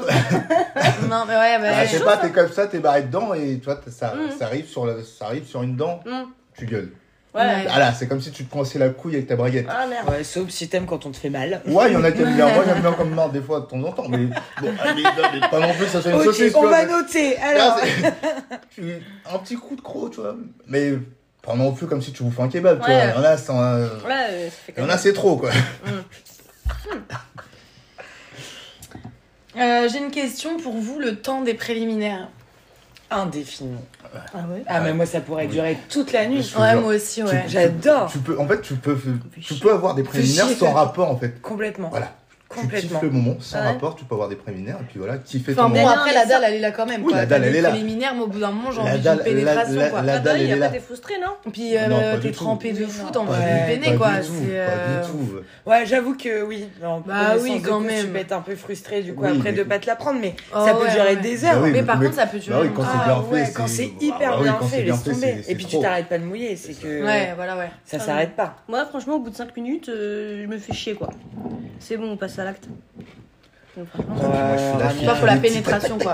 D: non, mais ouais, bah,
B: Ah, je sais
D: ouais.
B: pas, t'es comme ça, t'es barré dedans et tu vois, t'as- ça,
F: Mm.
B: ça, arrive sur la- ça arrive sur une dent,
F: Hum,
B: tu gueules.
D: Ouais.
B: Voilà, c'est comme si tu te coinçais la couille avec ta braguette.
F: Ah merde.
E: Ouais, sauf si t'aimes quand on te fait mal.
B: Ouais, il y en a qui aiment bien. Moi,
D: [LAUGHS]
B: j'aime bien comme mort des fois de temps en temps, mais bon, allez, non, Ah, mais pas non plus, ça soit une
E: Ok,
B: saucisse. tu
E: on
B: vois,
E: va
B: mais-
E: noter.
B: Là,
E: Alors,
B: c'est- [LAUGHS] tu- un petit coup de croc, tu vois. Mais pas non plus comme si tu bouffais un kebab, tu vois.
F: Ouais.
B: Il y en a, c'est un-
F: Ouais, euh, ça fait
B: il
F: quand
B: y en
F: même-
B: a, c'est trop, quoi.
D: Euh, J'ai une question pour vous, le temps des préliminaires.
E: indéfiniment.
F: Ah ouais.
E: Ah, mais moi, ça pourrait
B: Oui.
E: durer toute la nuit.
B: Je te
D: Ouais,
B: jure,
D: moi aussi,
B: tu-
D: ouais.
B: tu-
E: J'adore.
B: Tu peux, en fait, tu peux, tu
F: chier.
B: peux avoir des préliminaires
E: chier,
B: sans
E: quoi.
B: rapport, en fait.
E: Complètement.
B: Voilà. Tu
E: Complètement.
B: kiffes le moment, sans
F: Ouais.
B: rapport, tu peux avoir des préliminaires, et puis voilà, kiffer ton
D: Enfin bon,
B: moment.
F: Mais non,
D: après
F: mais
D: la
F: ça-
D: dalle, elle est là quand même.
B: Oui,
D: quoi.
B: la dalle, elle est là.
D: T'as des préliminaires, mais au bout d'un moment, j'ai
B: La
D: envie
B: dalle,
D: d'une
B: la-
D: pénétration,
B: la-
D: quoi.
B: la-
F: Ah bah,
B: dalle,
F: il
B: elle est
F: a pas
B: là.
F: été frustré, non
D: Puis euh,
B: Non, pas du
D: t'es
B: tout.
D: trempé de fou, t'as
B: Pas
D: envie
B: du-
D: de
E: Ouais,
B: pas
D: péner, quoi.
B: du tout,
D: c'est,
B: pas
D: euh,
B: du tout.
E: Ouais, j'avoue que oui. En
D: Bah oui,
E: connaissance de
D: quand
E: cause,
D: même.
E: Tu peux être un peu frustré du coup
B: Oui,
E: après
B: mais-
E: de pas te la prendre, mais
D: oh,
E: ça peut
D: ouais,
E: durer
D: ouais.
E: des heures.
B: Bah oui,
D: mais par
B: mais-
D: contre, ça peut
B: Bah
D: durer.
B: oui, quand
D: longtemps.
B: c'est
E: Ah
B: bien fait,
E: ouais, quand c'est
B: Ah
E: hyper
B: bah oui,
E: bien
B: quand
E: fait,
B: c'est bien
E: laisse
B: fait,
E: tomber.
B: c'est-
E: Et puis
B: c'est
E: tu
B: trop.
E: t'arrêtes pas de mouiller, c'est que
D: Ouais, voilà, ouais.
E: ça s'arrête pas.
F: Moi, franchement, au bout de 5 minutes, euh, je me fais chier, quoi. C'est bon, on passe à l'acte. Donc, franchement,
B: Moi, je suis là,
E: Ouais,
B: je
D: Je sais
B: suis
D: pas, faut la
B: petit-
D: [LAUGHS] pénétration, quoi.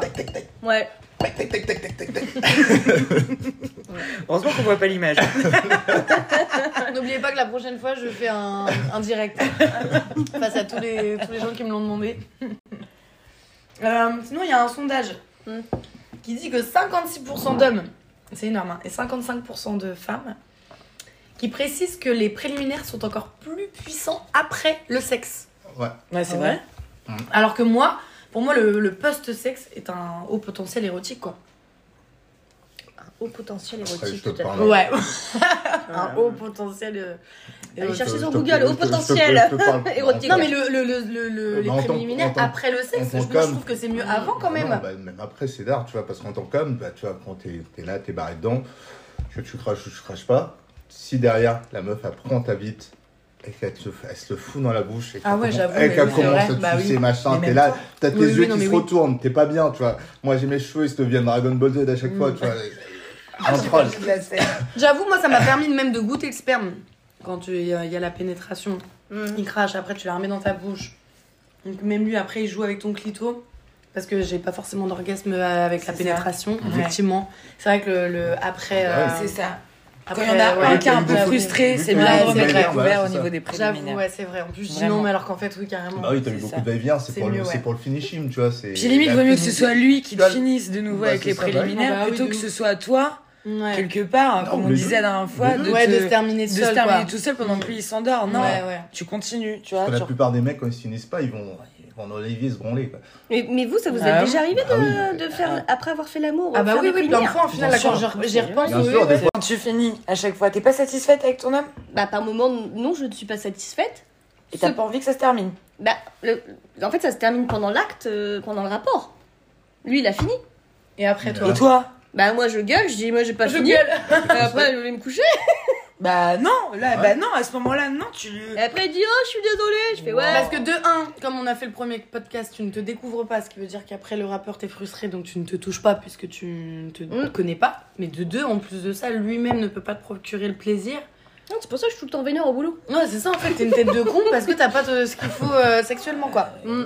F: Ouais.
B: tac, tac, tac, tac, tac, tac, tac.
E: Heureusement qu'on voit pas l'image.
A: N'oubliez pas que la prochaine fois, je fais un,
D: Ah
A: un
D: [LAUGHS]
A: direct face à tous les, tous les gens qui me l'ont demandé.
D: Euh, sinon, il y a un sondage
A: Hmm.
D: qui dit que 56% d'hommes, c'est énorme, hein, et 55% de femmes, qui précisent que les préliminaires sont encore plus puissants après le sexe.
B: Ouais.
E: Ouais, c'est vrai.
D: Alors que moi, pour moi, le, le post-sexe est un haut potentiel érotique, quoi.
F: Au potentiel
B: Après, je
F: érotique,
B: te
F: tout à
B: parle.
D: Ouais, [LAUGHS] un
E: Voilà.
D: haut potentiel euh,
F: Allez,
D: érotique.
F: cherchez
B: Je te-
F: sur
B: je te-
F: Google,
B: je te-
F: haut
B: je te- je te
F: potentiel [LAUGHS]
B: parle-
F: érotique.
D: Non, mais le, le, le, le- le-
B: Euh,
D: les
B: bah, en tant-
D: préliminaires
B: en tant-
D: après le
B: en
D: sexe,
B: tant
D: je, moi, je
B: qu'homme-
D: trouve que c'est mieux avant quand même.
B: Non, bah, même après, c'est d'art, tu vois, parce qu'en tant qu'homme, bah, tu vois, quand t'es es là, t'es barré dedans, que tu craches ou tu craches pas, si derrière, la meuf, elle prend ta bite et qu'elle te- elle se le fout dans la bouche et
D: Ah
B: qu'elle
D: ouais,
B: com-
D: j'avoue,
B: et
D: mais
B: qu'elle
D: c'est
B: commence
D: vrai,
B: à
D: bah
B: te sucer,
D: oui.
B: machin,
E: Mais
B: t'es
E: même
B: là, t'as tes
D: Oui,
B: yeux
D: oui, non,
B: qui
D: mais
B: se
D: oui.
B: retournent, t'es pas bien, tu vois. Moi, j'ai mes cheveux, ils se deviennent Dragon Ball Z à chaque
D: Mm.
B: fois, tu vois. Un troll.
D: J'avoue, moi, ça m'a permis de même de goûter le sperme. Quand tu- il y, a il y a la pénétration,
F: Mm.
D: il crache, après tu la remets dans ta bouche. Donc même lui, après, il joue avec ton clito. Parce que j'ai pas forcément d'orgasme euh, avec la
A: C'est ça.
D: pénétration, effectivement. C'est vrai que le, le- après. euh,
B: Ouais.
A: C'est ça. Quand
D: après,
A: il y en a
D: ouais.
A: un qui est un peu
B: Ouais.
A: frustré, c'est
B: Ouais,
A: bien de
D: c'est
A: remettre
D: vrai.
A: la-
B: voilà,
E: ouvert au
B: c'est
E: niveau
B: ça.
E: des
D: J'avoue,
E: préliminaires.
D: ouais, c'est vrai. En plus, je dis
E: Vraiment.
D: non, mais alors qu'en fait, oui, carrément.
B: Bah oui, t'as eu
E: C'est
B: beaucoup
E: ça.
B: de va-et-vient, c'est
D: C'est
B: pour,
D: mieux,
B: le- c'est
D: ouais.
B: pour le finishing, tu vois. c'est-
E: Puis limite,
B: la-
E: vaut mieux que ce soit lui qui
B: Bah,
E: le finisse de nouveau
B: bah,
E: avec
B: c'est
E: les
B: ça, bah oui.
E: préliminaires
D: Ah bah oui,
E: plutôt
D: de
E: que
D: ouf.
E: ce soit à toi,
D: Ouais.
E: quelque part, hein,
B: Non,
E: comme on
B: mais-
E: disait la dernière fois, de,
D: Ouais,
E: te-
D: de se terminer
E: de
D: seul.
E: se terminer
D: quoi.
E: tout seul pendant que lui il s'endort. Non,
D: Ouais, ouais.
E: tu continues, tu vois.
B: Parce que la
E: genre-
B: plupart des mecs, quand ils se finissent pas, ils vont, ils vont dans l'évier se branler. quoi.
F: Mais, mais vous, ça vous est
E: Ah,
F: déjà arrivé de,
B: bah oui.
F: de faire, après avoir fait l'amour
D: Ah bah
F: faire
D: oui,
F: des
D: oui, plein de
F: prières
D: fois, en final,
E: Bien
D: là, quand
E: sûr.
D: j'y j'y repense,
B: Bien
D: oui,
B: sûr,
D: oui,
B: des fois,
E: Quand tu finis à chaque fois, t'es pas satisfaite avec ton homme
F: Bah par moment, non, je ne suis pas satisfaite.
E: et t'as
F: Ce-
E: pas envie que ça se termine.
F: Bah, le- en fait, ça se termine pendant l'acte, euh, pendant le rapport. Lui, il a fini.
D: Et après, toi.
B: Ah.
E: Et toi
F: Bah moi, je gueule, je dis, moi, j'ai pas fini. Et après, je vais me coucher.
E: Bah non, là,
B: Ah Ouais.
E: bah non, à ce moment-là, non, tu. lui-
F: Et après, il dit, oh, je suis désolée. Je fais, ouais.
D: Parce que de 1, comme on a fait le premier podcast, tu ne te découvres pas, ce qui veut dire qu'après le rappeur, t'es frustré, donc tu ne te touches pas puisque tu ne te
F: Mm.
D: connais pas. Mais de 2, en plus de ça, lui-même ne peut pas te procurer le plaisir.
F: Non, C'est pour ça que je suis tout le temps vénère au boulot.
D: Non, c'est ça en fait, t'es une tête de con parce que t'as pas te- ce qu'il faut euh, sexuellement quoi. Mm.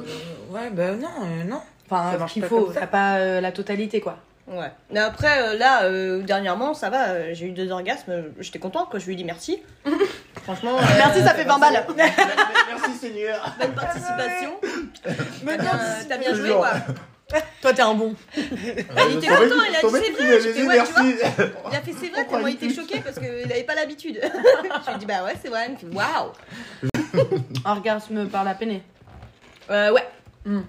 E: Ouais, bah non, euh, non.
D: Enfin,
E: Ça
D: ce
E: marche
D: qu'il
E: pas
D: faut,
E: comme ça.
D: t'as pas euh, la totalité quoi.
F: Ouais. Mais après, euh, là, euh, dernièrement, ça va, euh, j'ai eu deux orgasmes, euh, j'étais contente quand je lui ai dit merci.
D: [LAUGHS]
F: Franchement, euh,
D: Merci, ça fait 20 balles.
B: Merci Seigneur.
F: bonne
D: Ah
F: participation. T'as bien, euh, t'as bien joué,
B: Toujours.
F: quoi.
D: Toi, t'es un bon.
F: Il était content, il a dit, c'est vrai, je fais, ouais, tu vois. Il a fait c'est
B: Pourquoi
F: vrai, tellement il
B: il
F: était
B: pue
F: choqué parce qu'il n'avait
D: [LAUGHS]
F: pas l'habitude. je lui ai dit bah ouais, c'est vrai. Il me fait waouh.
D: Orgasme par la peinée.
F: Euh, ouais.
D: Mm.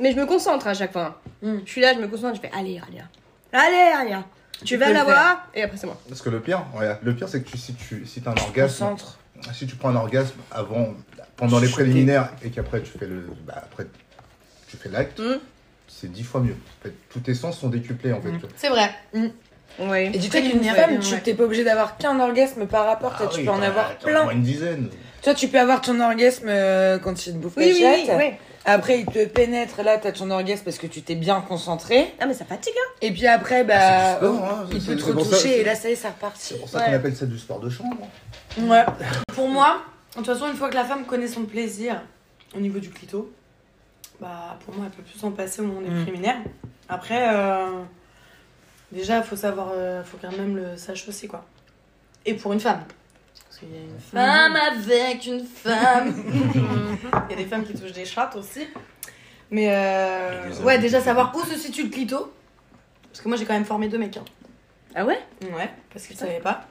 F: Mais je me concentre à chaque fois. hein.
D: Mm.
F: Je suis là, je me concentre, je fais allez, Rania. Allez, Rania. Tu vas
D: peux le
F: l'avoir. Et après, c'est moi.
B: Parce que le pire, ouais, le pire, c'est que tu, si tu si t'as un
E: Au
B: orgasme,
E: centre.
B: si tu prends un orgasme avant, pendant les
E: Chuter.
B: préliminaires et qu'après tu fais le, bah, après tu fais l'acte,
F: Mm.
B: c'est dix fois mieux. En fait, tous tes sens sont décuplés en fait.
E: Mm.
F: Hmm.
B: tu vois.
D: C'est vrai.
F: Oui.
E: Et du fait qu'une
D: Préliminaire,
E: femme,
D: ouais.
E: tu t'es pas obligé d'avoir qu'un orgasme par rapport, toi,
B: Ah
E: tu
B: oui,
E: peux en
B: bah,
E: avoir
B: attends,
E: plein.
B: au moins une dizaine.
E: Toi, tu peux avoir ton orgasme euh, quand il te bouffe
F: Oui, oui,
E: la
F: oui,
E: chatte.
F: oui.
E: Après, il te pénètre, là, t'as ton orgasme parce que tu t'es bien concentré.
F: Ah, mais ça fatigue. hein.
E: Et puis après, bah,
B: c'est du sport, hein,
E: il
B: c'est-
E: peut te
B: c'est pour ça-
E: retoucher et là, ça y est, c'est reparti.
B: C'est pour ça
F: Ouais.
B: qu'on appelle ça du sport de chambre.
D: Ouais. Pour moi, de toute façon, une fois que la femme connaît son plaisir au niveau du clito, bah pour moi, elle peut plus s'en passer au moment des
E: Mm.
D: préliminaires. Après, euh, déjà, faut savoir, euh, faut quand même le sache aussi, quoi. Et pour une femme. Parce qu'il y a une femme avec une femme. Il y a des femmes qui touchent des chattes aussi. Mais euh,
B: Et des hommes
D: ouais,
B: qui
D: déjà
B: touchent
D: savoir où se situe le clito. Parce que moi, j'ai quand même formé deux mecs. hein.
F: Ah ouais
D: Ouais, parce qu'ils savaient pas.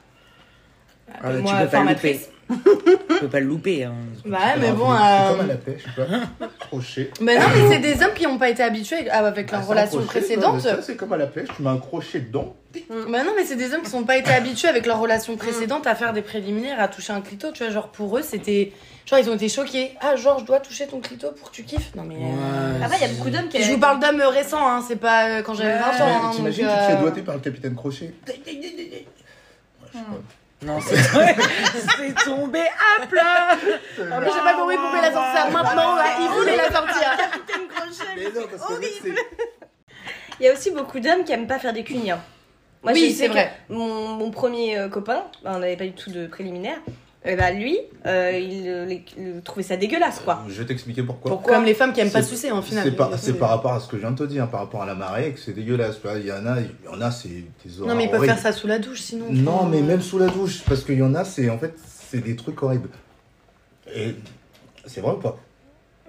E: là, Ah, bah, tu
D: moi,
E: peux pas
D: formatrice.
E: Tu peux pas le louper. hein.
D: Bah, mais
B: Alors,
D: bon.
B: C'est
D: euh,
B: comme à la pêche, tu vois.
F: [LAUGHS]
B: Crochet.
D: Mais non, mais c'est des hommes qui n'ont pas été habitués à- avec leur
B: Ah, c'est un
D: relation
B: crochet,
D: précédente.
B: tu vois, mais ça, C'est comme à la pêche, tu mets un crochet dedans.
D: Mais Bah non, mais c'est des hommes qui n'ont pas été habitués avec leur relation précédente à faire des préliminaires, à toucher un clito. Tu vois, genre pour eux, c'était. Genre, ils ont été choqués. Ah, genre, je dois toucher ton clito pour que tu kiffes. Non, mais. euh,
E: Ouais.
F: Après, il y a beaucoup d'hommes qui.
D: Je vous parle d'hommes récents, hein, c'est pas euh, quand j'avais 20 ans.
B: Ouais,
D: hein,
B: T'imagines,
D: donc,
B: tu te fais
D: euh,
B: doigter par le capitaine Crochet.
D: Ah,
H: [LAUGHS]
E: Non, c'est c'est tombé à plat.
B: Euh,
D: En plus, j'ai pas compris pourquoi il a sorti ça maintenant, là. Il voulait la sortir.
B: Mais non, parce que le mec, c'est-
F: Il y a aussi beaucoup d'hommes qui aiment pas faire des cuniens.
D: Oui,
F: je sais
D: c'est
F: que
D: vrai.
F: bah, Mon, mon premier euh, copain, ben, on n'avait pas du tout de préliminaire, Et bah lui, euh, il, euh, les- il trouvait ça dégueulasse quoi.
B: Je vais t'expliquer pourquoi.
D: Comme les femmes qui aiment pas
B: C'est-
D: sucer en final.
B: C'est par, c'est par rapport à ce que je viens de te dire, par rapport à la marée, et que c'est dégueulasse. tu vois. Il y en a, il y en a c'est des
D: Non, mais ils
B: horreurs
D: peuvent faire
B: horribles.
D: ça sous la douche sinon.
B: Non, mais même sous la douche, parce qu'il y en a, c'est en fait, c'est des trucs horribles. Et c'est vrai ou pas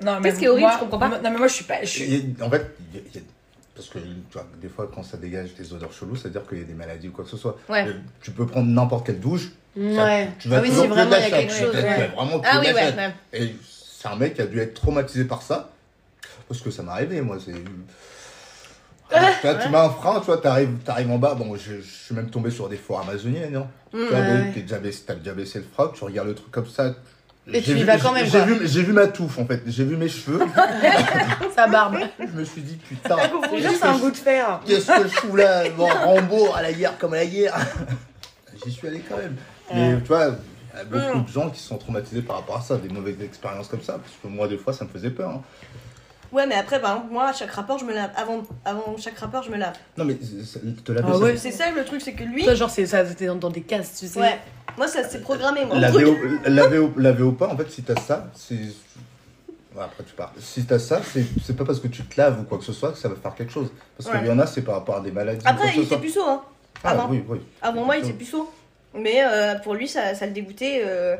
E: Non,
H: Qu'est-ce qui est horrible,
E: moi-
H: je comprends pas.
E: Non, mais moi, je suis pas. je suis-
B: Il y a- En fait, il y a- il y a- parce que tu vois, des fois, quand ça dégage des odeurs cheloues, c'est-à-dire qu'il y a des maladies ou quoi que ce soit.
H: Ouais.
B: Euh, Tu peux prendre n'importe quelle douche. ça-
D: Ouais.
B: Tu vas
D: Ah oui,
B: toujours
D: si
B: que de
D: vraiment
B: la
D: il y a
B: chatte.
D: quelque chose.
B: Tu vas
D: ouais. bah
B: vraiment que
H: Ah
B: de
H: oui,
B: la
H: ouais.
B: chatte.
H: ouais.
B: Et c'est un mec qui a dû être traumatisé par ça. Parce que ça m'est arrivé, moi. C'est.
D: Ah,
B: tu vois, tu mets un frein, tu vois, t'arrives, t'arrives en bas. Bon, je, je suis même tombé sur des foires amazoniennes, non Tu vois,
D: Mmh, ouais,
B: bon,
D: ouais.
B: t'es déjà baissé- T'as déjà baissé le frein, tu regardes le truc comme ça.
D: Et
B: J'ai
D: tu y
B: vu-
D: vas quand même,
B: J'ai
D: quoi.
B: vu, j'ai vu ma touffe, en fait. J'ai vu mes
D: [LAUGHS]
B: cheveux.
D: Sa barbe.
B: je me suis dit, putain,
D: Ah,
C: Faut dire, c'est un goût de fer.
B: qu'est-ce que je fous là bon, Rambo à la guerre comme à la guerre. J'y suis allé quand même. Mais tu vois. Il y a beaucoup de gens qui sont traumatisés par rapport à ça, des mauvaises expériences comme ça, parce que moi, des fois, ça me faisait peur. hein.
F: Ouais, mais après, par exemple, moi, à chaque rapport, je me lave. Avant, avant chaque rapport, je me lave.
B: Non, mais c'est- c'est- te laver,
D: Ah
B: ça-
D: ouais.
F: C'est ça le truc, c'est que lui.
D: Toi, genre, c'est ça, c'était dans, dans des cases, tu sais.
F: Ouais. Moi, ça c'est programmé, moi.
B: laver, au, laver au- laver au pas, en fait, si t'as ça, c'est. Ouais, après, tu pars. Si t'as ça, c'est c'est pas parce que tu te laves ou quoi que ce soit que ça va faire quelque chose. Parce qu'il
F: Ouais.
B: y en a, c'est par rapport à des maladies. ou quoi
F: Après,
B: que ce
F: il était
B: soit.
F: puceau, hein.
B: Ah,
F: avant.
B: oui, oui.
F: Avant moi, il était puceau. Mais euh, pour lui, ça, ça le dégoûtait euh,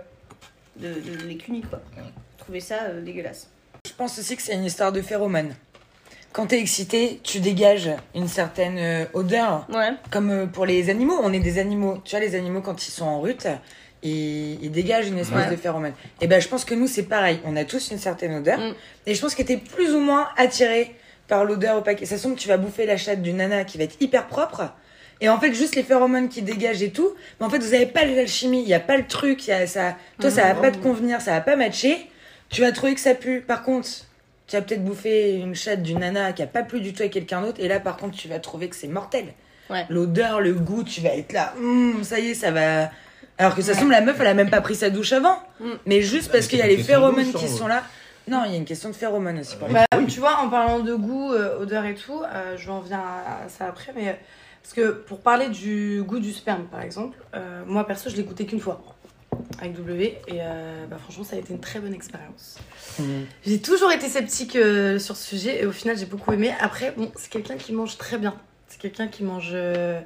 F: de, de les cunis, quoi. Il trouvait ça euh, dégueulasse.
E: Je pense aussi que c'est une histoire de phéromone. Quand t'es excité, tu dégages une certaine euh, odeur.
F: Ouais.
E: Comme euh, pour les animaux, on est des animaux. Tu vois, les animaux, quand ils sont en rute, ils, ils dégagent une espèce
F: Ouais.
E: de phéromone. Et ben, je pense que nous, c'est pareil. On a tous une certaine odeur.
F: Mm.
E: Et je pense que t'es plus ou moins attiré par l'odeur au paquet. Ça se trouve que tu vas bouffer la chatte d'une nana qui va être hyper propre. Et en fait, juste les phéromones qui dégagent et tout. Mais en fait, vous avez pas l'alchimie. Il y a pas le truc. il Y a, ça... Toi, ça va pas te convenir. Ça va pas matcher. Tu vas trouver que ça pue. Par contre, tu vas peut-être bouffé une chatte d'une nana qui a pas plu du tout à quelqu'un d'autre. Et là, par contre, tu vas trouver que c'est mortel.
F: Ouais.
E: L'odeur, le goût, tu vas être là. Hum, ça y est, ça va. Alors que ça semble, la meuf, elle a même pas pris sa douche avant. Mais juste parce
B: c'est
E: qu'il y a
B: une
E: les
B: question de
E: phéromones
B: douche,
E: qui
B: hein.
E: sont là. Non, il y a une question de phéromones aussi.
D: Ah
E: pour moi.
A: Bah, Tu vois, en parlant de goût, euh, odeur et tout, euh, je vais en venir à, à ça après, mais euh, parce que pour parler du goût du sperme, par exemple, euh, moi perso, je l'ai goûté qu'une fois avec W et euh, bah, franchement, ça a été une très bonne expérience.
E: Mhm.
A: J'ai toujours été sceptique euh, sur ce sujet et au final, j'ai beaucoup aimé. Après, bon, c'est quelqu'un qui mange très bien. C'est quelqu'un qui mange euh,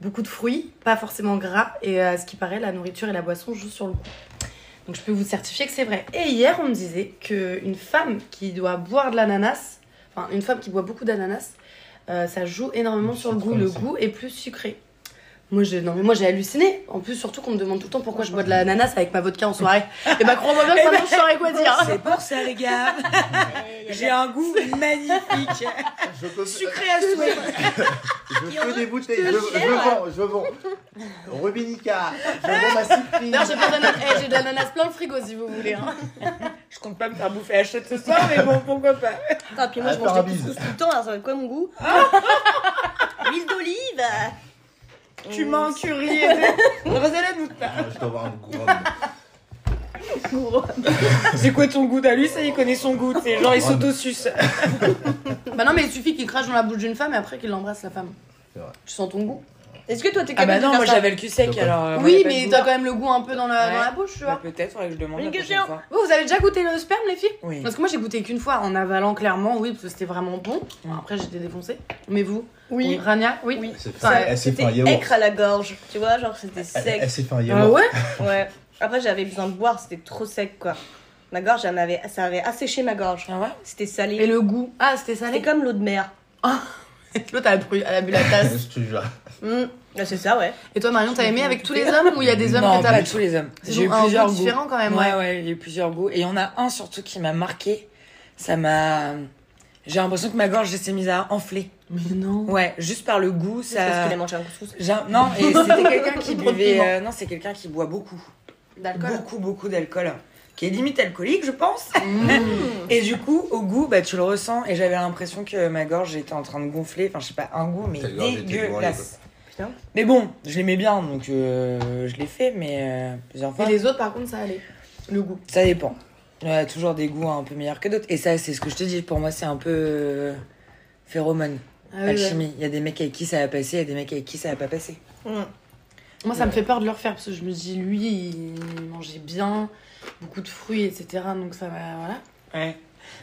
A: beaucoup de fruits, pas forcément gras, et euh, à ce qui paraît, la nourriture et la boisson jouent sur le goût. Donc je peux vous certifier que c'est vrai. Et hier, on me disait qu'une femme qui doit boire de l'ananas, enfin une femme qui boit beaucoup d'ananas, euh, ça joue énormément
B: Le
A: sur le
B: citron
A: goût. Le
B: aussi.
A: goût est plus sucré. Moi, j'ai, non, mais moi, j'ai halluciné. En plus, surtout qu'on me demande tout le temps pourquoi je bois de l'ananas avec ma vodka en soirée. Et bah, crois-moi bien que maintenant, je saurais quoi dire.
E: C'est pour ça,
D: [LAUGHS]
E: les gars. J'ai un goût magnifique.
B: Je peux,
E: Sucré à souhait.
B: des bouteilles, je, vends, je vends. Rubinica, je vends ma
D: D'ailleurs, j'ai pas d'ananas. eh, j'ai de l'ananas plein le frigo si vous voulez. hein.
E: Je compte pas me faire bouffer la chatte ce soir, mais bon, pourquoi pas.
F: Ah, puis moi,
B: Ah,
F: je mange des
B: parabise.
F: couscous tout le temps, alors ça va être quoi mon [LAUGHS] goût L'huile d'olive euh,
E: Tu
F: on-
E: m'as
A: [LAUGHS]
E: encurie. Rosalène ou pas
B: Ah, Je dois avoir un gros.
E: C'est quoi ton goût à lui Ça, il connaît son goût. C'est genre,
B: Ouais.
E: il s'autosuce.
D: Bah non, mais il suffit qu'il crache dans la bouche d'une femme et après qu'il l'embrasse la femme.
B: C'est vrai.
D: Tu sens ton goût
F: Est-ce que toi, t'es
E: Ah bah
F: capable
E: non,
F: de
E: moi
F: faire ça
E: j'avais le cul sec
B: T'as
E: alors. euh, moi, y
D: Oui,
E: a pas
D: mais
E: de
D: t'as
E: goût.
D: quand même le goût un peu dans la,
E: Ouais.
D: dans la bouche, tu
E: Bah,
D: vois.
E: Peut-être, faudrait que je demande.
F: Une
E: la prochaine
F: question.
E: fois.
D: Vous, vous avez déjà goûté le sperme, les filles
E: Oui.
D: Parce que moi, j'ai goûté qu'une fois en avalant clairement, oui, parce que c'était vraiment bon. Bon, Après, j'étais défoncée. Mais vous
F: Oui.
D: Rania Oui. Ah
F: Oui.
B: C'est
D: Ça,
B: Elle s'est fait un
F: C'était
B: yaourt.
F: aigre à la gorge, tu vois, genre c'était
B: Elle-
F: sec.
B: Elle s'est fait un
D: Ah
B: yaourt.
D: ouais
F: Ouais. Après, j'avais besoin de boire, c'était trop sec, quoi. Ma gorge, elle m'avait, ça avait asséché ma gorge.
E: Ah ouais
F: C'était
D: Et
F: salé.
D: le goût Ah, c'était salé
F: C'était comme l'eau de mer.
D: [LAUGHS] L'autre, elle a bu- elle a bu la
E: [LAUGHS]
D: tasse.
B: [LAUGHS] Je te jure.
F: Mm. Ah, C'est ça, ouais.
D: Et toi, Marion, t'as aimé avec tous les hommes ou il y a des hommes
E: non,
D: que
E: pas
D: t'as
E: tous les hommes.
D: Ils
E: J'ai eu
D: ont un
E: plusieurs
D: goût
E: goûts.
D: différent quand même,
E: Ouais,
D: ouais.
E: ouais, j'ai eu plusieurs goûts. Et il y en a un surtout qui m'a marqué. Ça m'a. J'ai l'impression que ma gorge elle s'est mise à enfler.
D: Mais non.
E: Ouais, juste par le goût,
F: C'est parce qu'il a
E: ça.
F: mangé un couscous.
E: J'ai un- Non, et c'était
D: [LAUGHS]
E: quelqu'un qui
D: Trop de
E: buvait.
D: piment.
E: euh, Non, c'est quelqu'un qui boit beaucoup.
D: D'alcool
E: Beaucoup, beaucoup d'alcool. Qui est limite alcoolique, je pense.
D: [LAUGHS] Mmh.
E: Et du coup, au goût, bah, tu le ressens. Et j'avais l'impression que ma gorge était en train de gonfler. Enfin, je sais pas, un goût, mais
B: Ta gorge était
E: dégueulasse.
F: quoi. Putain.
E: Mais bon, je l'aimais bien, donc euh, je l'ai fait, mais euh, plusieurs
D: Et
E: fois.
D: les autres, par contre, ça allait. Le goût.
E: Ça dépend. Il y a toujours des goûts un peu meilleurs que d'autres. Et ça, c'est ce que je te dis. Pour moi, c'est un peu euh, phéromone,
D: Ah oui, ouais.
E: alchimie. Il y a des mecs avec qui ça va passer, il y a des mecs avec qui ça va pas passer.
F: Mm.
D: Moi, ça me fait peur de le refaire parce que je me dis, lui, il mangeait bien, beaucoup de fruits, etc. Donc ça va, voilà.
E: Ouais.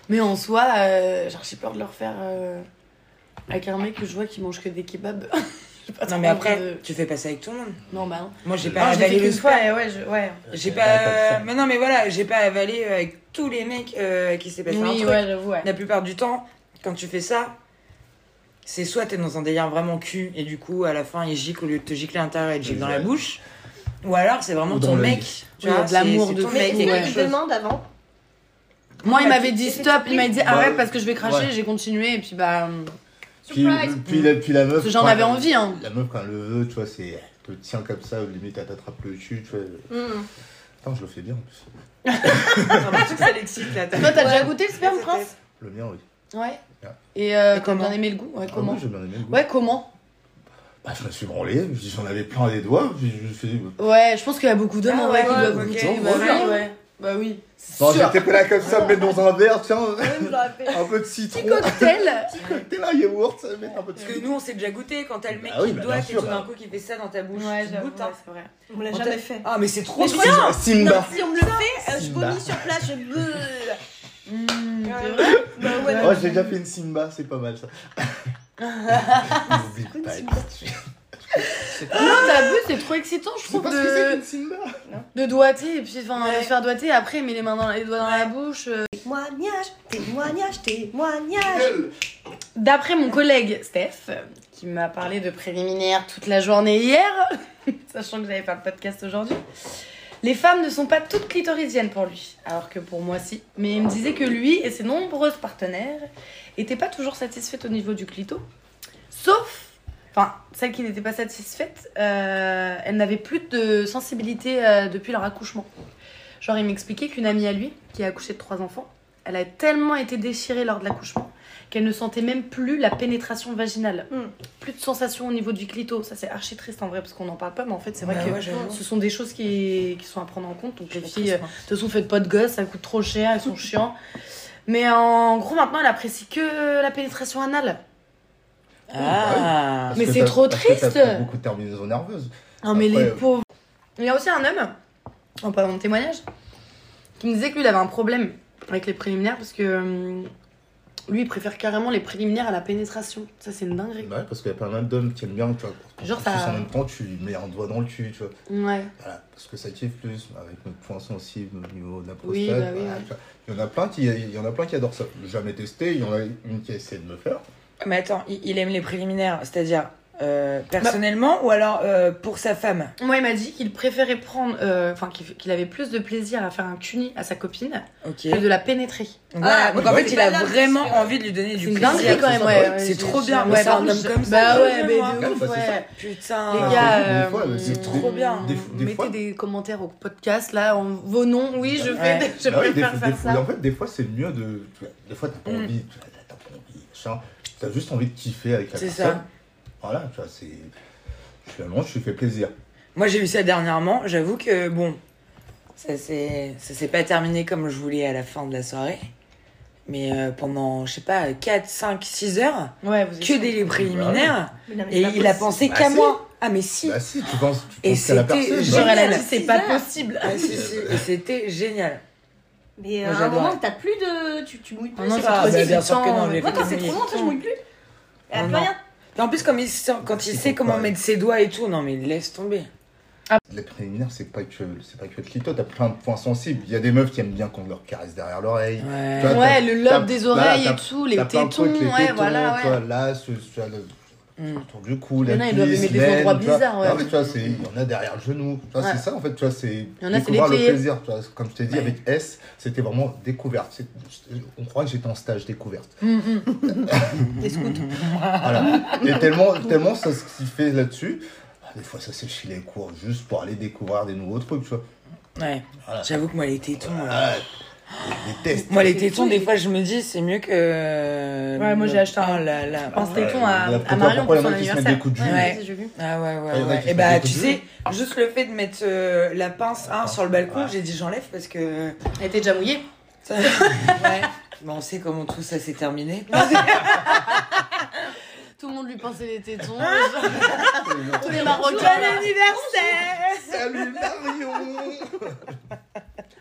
D: Mais en soi, euh, j'ai archi peur de le refaire euh, avec un mec que je vois qui mange que des kebabs. [LAUGHS] J'ai pas
E: Non,
D: trop
E: mais
D: envie
E: après,
D: de-
E: tu fais pas ça avec tout le monde.
D: Non, bah non.
E: Moi, j'ai pas
I: Ah, je l'ai
E: avalé
I: fait
E: le
I: qu'une fois,
E: soir.
I: et ouais, je- ouais.
E: J'ai
H: pas
E: pas. Mais non, mais voilà, j'ai pas avalé euh, avec tous les mecs euh, à qui s'est passé un
D: Oui,
E: truc.
D: ouais, j'avoue, ouais.
E: La plupart du temps, quand tu fais ça, c'est soit t'es dans un délire vraiment cul et du coup à la fin il gicle au lieu de te gicler à l'intérieur il te gicle dans la
H: Exact.
E: bouche, ou alors c'est vraiment
B: Ou dans
E: ton
B: le
E: mec,
B: lit.
E: tu
D: Oui,
E: vois,
D: de l'amour,
E: c'est- c'est
D: de
E: ton
D: fou,
E: mec, il y a
D: ouais.
E: quelque
F: il
E: chose. [LAUGHS]
F: demande avant.
D: Moi, il
F: Bah,
D: m'avait
F: tu-
D: dit
F: tu-
D: stop, il m'a dit arrête
B: Bah,
D: parce que je vais cracher,
B: ouais.
D: j'ai continué et puis bah.
B: Puis, puis, la, puis la meuf.
D: Parce que j'en
B: quand
D: avais
B: elle-
D: envie, hein.
B: La meuf, quand elle le veut, tu vois, c'est. elle te tient comme ça, limite, elle t'attrape le cul, tu vois.
F: Mm.
B: Attends, je le fais bien en plus.
E: Attends, mais tu sais que ça l'excite, là, t'as-
B: [LAUGHS]
D: Toi, t'as déjà goûté le sperme,
E: Ouais,
D: prince
B: Le mien, oui.
D: Ouais.
B: Ouais.
D: Et, euh,
E: Et
D: t'as
E: comment
D: bien aimé le goût Ouais,
B: Ah
D: comment
B: oui, j'ai bien aimé le goût.
D: Ouais, comment
B: Bah, je me suis branlé, puis j'en avais plein les doigts, puis je me suis dit.
D: Ouais, je pense qu'il y a beaucoup d'hommes
E: Ah
D: en vrai qui
E: ouais,
D: doivent
E: ok.
D: goûter.
E: Bon,
D: Bah
E: bien.
D: oui, ouais. Bah oui. C'est
B: Non,
D: sûr.
B: j'étais pas là comme ça, me mettre dans un verre, tiens, [LAUGHS]
F: Même, j'aurais fait.
B: un peu de citron,
D: Petit cocktail
B: t'es là, yaourt, mettre un peu de
E: Parce que
B: citron.
E: nous on s'est déjà goûté quand t'as le mec
B: Bah oui,
E: qui
B: bah,
E: te doit
B: bien
E: et
B: sûr,
E: tout d'un
B: bah.
E: coup qui fait ça dans ta bouche,
D: Ouais,
E: tu
D: j'avoue,
E: goûtes, hein.
D: ouais, c'est vrai.
F: On l'a
E: On t'a-
F: jamais fait.
E: Ah mais c'est trop bien
B: Simba.
F: [LAUGHS] si on me le fait, euh, je
B: Simba.
F: vomis
B: [LAUGHS]
F: sur place, je beuh.
D: Hmm, c'est
F: Ouais.
D: vrai
F: Bah ouais,
B: Oh, j'ai déjà fait une Simba, c'est pas mal
D: [LAUGHS]
B: ça. N'oublie
F: quoi une
B: pas,
F: Simba
D: Non, t'as vu, c'est trop excitant, je
B: Je sais
D: trouve,
B: pas ce que c'est qu'une
D: de,
B: Simba.
D: de doigter, et puis enfin, de se faire doigter, après, mais les mains dans, les doigts dans la bouche. euh.
F: témoignage, témoignage, témoignage.
D: D'après mon collègue Steph, euh, qui m'a parlé de préliminaires toute la journée hier, [LAUGHS] sachant que j'avais pas le podcast aujourd'hui, les femmes ne sont pas toutes clitoridiennes pour lui, alors que pour moi si. Mais il me disait que lui et ses nombreuses partenaires étaient pas toujours satisfaites au niveau du clito, sauf, enfin, celles qui n'étaient pas satisfaites, euh, elles n'avaient plus de sensibilité euh, depuis leur accouchement. Genre, il m'expliquait qu'une amie à lui, qui a accouché de trois enfants, elle a tellement été déchirée lors de l'accouchement qu'elle ne sentait même plus la pénétration vaginale.
F: Hmm.
D: Plus de sensation au niveau du clito. Ça, c'est archi triste en vrai, parce qu'on n'en parle pas, mais en fait, c'est vrai
E: Bah
D: que
E: ouais, j'avoue.
D: ce sont des choses qui, qui sont à prendre en compte. Donc, les filles, euh,
E: Triste,
D: de
E: hein.
D: toute façon, faites pas de gosses, ça coûte trop cher, ils sont chiants. Mais euh, en gros, maintenant, elle apprécie que la pénétration anale.
E: Ah
B: Parce
D: Mais
B: que
D: c'est
B: t'as-
D: trop
B: parce que t'as
D: triste.
B: pris beaucoup de terminaisons nerveuses.
D: Non, mais
B: Après,
D: les
B: euh,
D: pauvres. Il y a aussi un homme, en parlant de témoignage, qui me disait que lui, il avait un problème avec les préliminaires parce que euh, lui, il préfère carrément les préliminaires à la pénétration. Ça, c'est une dinguerie.
B: Bah Ouais, parce qu'il y a pas mal d'hommes qui aiment bien, tu vois. quand
D: Genre,
B: tu
D: ça-
B: suces en même temps, tu lui mets un doigt dans le cul, tu vois.
D: Ouais.
B: Voilà, parce que ça kiffe plus, avec notre point sensible au niveau de la prostate.
D: Oui, bah oui,
B: voilà,
D: oui.
B: tu vois. Il y en a plein qui, il y en a plein qui adorent ça. Jamais testé, il y en a une qui a essayé de me faire.
E: Mais attends, il il aime les préliminaires, c'est-à-dire euh,
B: Bah
E: personnellement ou alors euh, pour sa femme
D: Moi, il m'a dit qu'il préférait prendre. euh, Enfin, qu'il qu'il avait plus de plaisir à faire un cuni à sa copine
E: Ok.
D: que de la pénétrer.
E: Voilà,
F: Ah,
E: donc en
F: oui.
E: fait, il a
F: Bah là,
E: vraiment
F: c'est-
E: envie de lui donner
D: C'est
E: du
D: une
E: plaisir.
D: dinguerie quand même, ouais. ouais,
E: C'est
D: j'ai-
E: trop bien.
D: j'ai-
E: Moi,
D: ouais,
E: c'est un
D: bah,
E: homme
D: je-
E: comme ça.
D: Bah
E: j'aime
D: ouais, mais
E: moi.
D: de ouf,
B: Bah, c'est ça.
D: ouais.
E: Putain.
D: Les
B: Ah,
D: gars,
B: des
D: euh,
B: fois, c'est
D: mm,
B: trop
E: bien.
B: Des f- des
D: mettez
B: fois-
D: des commentaires au podcast là, en vos noms. Oui, je fais,
E: Ouais.
D: des- [LAUGHS] je
B: Bah oui, des
D: préfère
B: fois-
D: faire
B: des fois-
D: ça.
B: En fait, des fois, c'est mieux de. tu vois, Des fois, t'as pas
E: Mm.
B: envie, tu vois, t'as pas envie, machin. T'as juste envie de kiffer avec la
E: C'est
B: personne.
E: ça.
B: Voilà, tu vois, c'est. Finalement, je te fais plaisir.
E: Moi, j'ai eu ça dernièrement. J'avoue que, bon, ça s'est ça s'est pas terminé comme je voulais à la fin de la soirée. Mais euh, pendant, je sais pas, 4, 5, 6 heures,
D: Ouais, vous
E: que
D: êtes-
E: des préliminaires.
F: Mais non, mais c'est
E: Et il
F: pas
E: a
F: possible.
E: pensé
B: Bah,
E: qu'à
B: si.
E: moi. Ah, mais si.
B: Bah si, tu penses, tu
E: Et
B: penses qu'à la
E: c'était
B: personne.
D: Genre,
E: génial.
D: elle a dit, c'est pas
F: Six heures.
D: possible.
E: Ah, si, si. Et c'était génial.
F: Mais euh,
E: Moi,
F: à un
E: j'adore.
F: moment, t'as plus de. Tu, tu mouilles
D: Ah
F: plus.
D: non,
F: c'est
D: c'est
E: Ah,
F: pas
D: trop
E: bah,
F: possible.
E: bien sûr que non,
D: excitant.
E: j'ai
F: Moi,
E: fait
F: quand
E: des
F: c'est trop
E: mouilles.
F: long, tu sais, je mouille plus.
E: Ah,
F: Ah, plus
E: non.
F: rien.
E: En plus, comme il sent- quand il
B: C'est
E: sait
B: pour
E: comment
B: pas-
E: mettre ses doigts et tout, non, mais laisse tomber.
B: Les préliminaires, bah, c'est pas que c'est pas que le clito, t'as plein de points sensibles. Il y a des meufs qui aiment bien qu'on leur caresse derrière l'oreille.
E: Ouais.
B: Toi,
D: Ouais, le
B: t'as-
D: lobe des
B: voilà,
D: oreilles
B: t'as-
D: et tout, les
B: T'as plein de
D: tétons,
B: trucs, les
D: ouais,
B: tétons,
D: voilà,
B: tu vois,
D: ouais.
B: là, ce, tu vois, le-
E: Mm.
B: autour du cou,
D: Il y en
B: la
D: a, ils doivent
B: cuisse,
D: aimer des
B: l'aine,
D: endroits
B: tu vois.
D: bizarres, ouais.
B: Ah oui, tu vois, c'est- il y en a derrière le genou. Tu vois,
D: Ouais.
B: C'est ça, en fait, tu vois, c'est
D: y en a, c'est
B: découvrir le
D: les pieds.
B: plaisir. Tu vois, comme je t'ai dit, avec S, c'était vraiment découverte. C'est- On croit que j'étais en stage découverte.
D: Hum, hum. [LAUGHS]
B: Voilà. Et tellement, tellement ça se kiffait là-dessus. Ah, Des fois, ça s'échit les cours juste pour aller découvrir des nouveaux trucs, tu vois.
E: Ouais.
B: Voilà.
E: J'avoue que moi, les tétons. euh,
B: Ah, des des tests.
E: Moi, les tétons, des fois, je me dis, c'est mieux que.
D: Ouais, moi, j'ai acheté un-
E: Oh là là.
D: pense
B: Ouais,
D: tétons à,
B: il y a
D: à
B: peut-être
D: Marion
B: pourquoi
D: Ah, pour
B: il y en a
D: son
B: qui se mettent des
D: anniversaire.
B: coups de jus.
E: Ouais.
D: vas-y, j'ai vu.
E: Ah ouais,
B: Ah,
E: ouais,
B: il y en a
E: ouais.
B: qui
E: Et
B: se
E: bah,
B: mettent des
E: tu
B: coups de
E: sais, juste le fait de mettre euh, la pince 1 sur le balcon,
B: Ouais.
E: j'ai dit, j'enlève parce que.
D: Elle était déjà mouillée. [LAUGHS]
E: ça- ouais. Bah, on sait comment tout ça s'est terminé.
D: Tout le monde lui pinçait les tétons.
B: Ah,
D: Tous les Marocains. là.
B: [LAUGHS] Salut Marion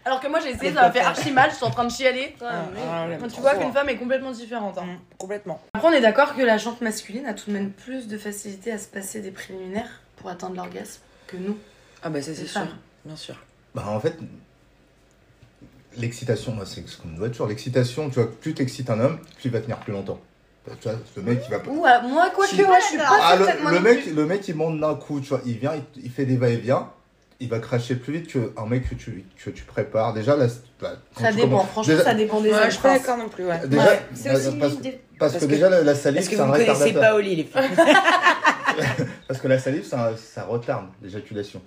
D: Alors que moi j'ai essayé, ça m'a fait archi mal, je suis en train de chialer.
E: Ah, ouais,
D: Tu vois
E: trop
D: qu'une femme est complètement différente. hein.
E: fort. Mm, Complètement.
D: Après, on est d'accord que la jante masculine a tout de même plus de facilité à se passer des préliminaires pour atteindre l'orgasme que nous.
E: Ah bah ça c'est
D: Les
E: sûr,
D: femmes.
E: bien sûr.
B: Bah en fait, l'excitation, moi, c'est ce qu'on me doit toujours. L'excitation, tu vois, plus t'excites un homme, plus il va tenir plus longtemps. Bah, tu vois, le mec, il va pas...
D: Ou à- moi, quoi
B: Si.
D: que, ouais, je suis pas
B: Ah,
D: certaine,
B: le,
D: moi,
B: le
D: non
B: mec,
D: plus.
B: le mec, il monte d'un coup, tu vois, il vient, il, il fait des va-et-vient, il va cracher plus vite qu'un mec que tu, que tu prépares. Déjà, là, c'est- bah, quand
D: Ça
B: tu
D: dépend,
B: commences-
D: franchement,
B: déjà-
D: ça dépend des
E: Ouais,
D: hommes.
E: je suis pas d'accord non plus, ouais.
B: Déjà,
D: Ouais,
F: C'est
B: bah,
F: aussi
B: parce,
F: une des-
B: parce
E: Parce
B: que,
E: que-
B: déjà, la, la salive,
E: Est-ce que
B: c'est un
E: vous connaissez
B: retardateur.
E: Paoli, les filles
B: Parce que la salive, ça, ça retarde l'éjaculation.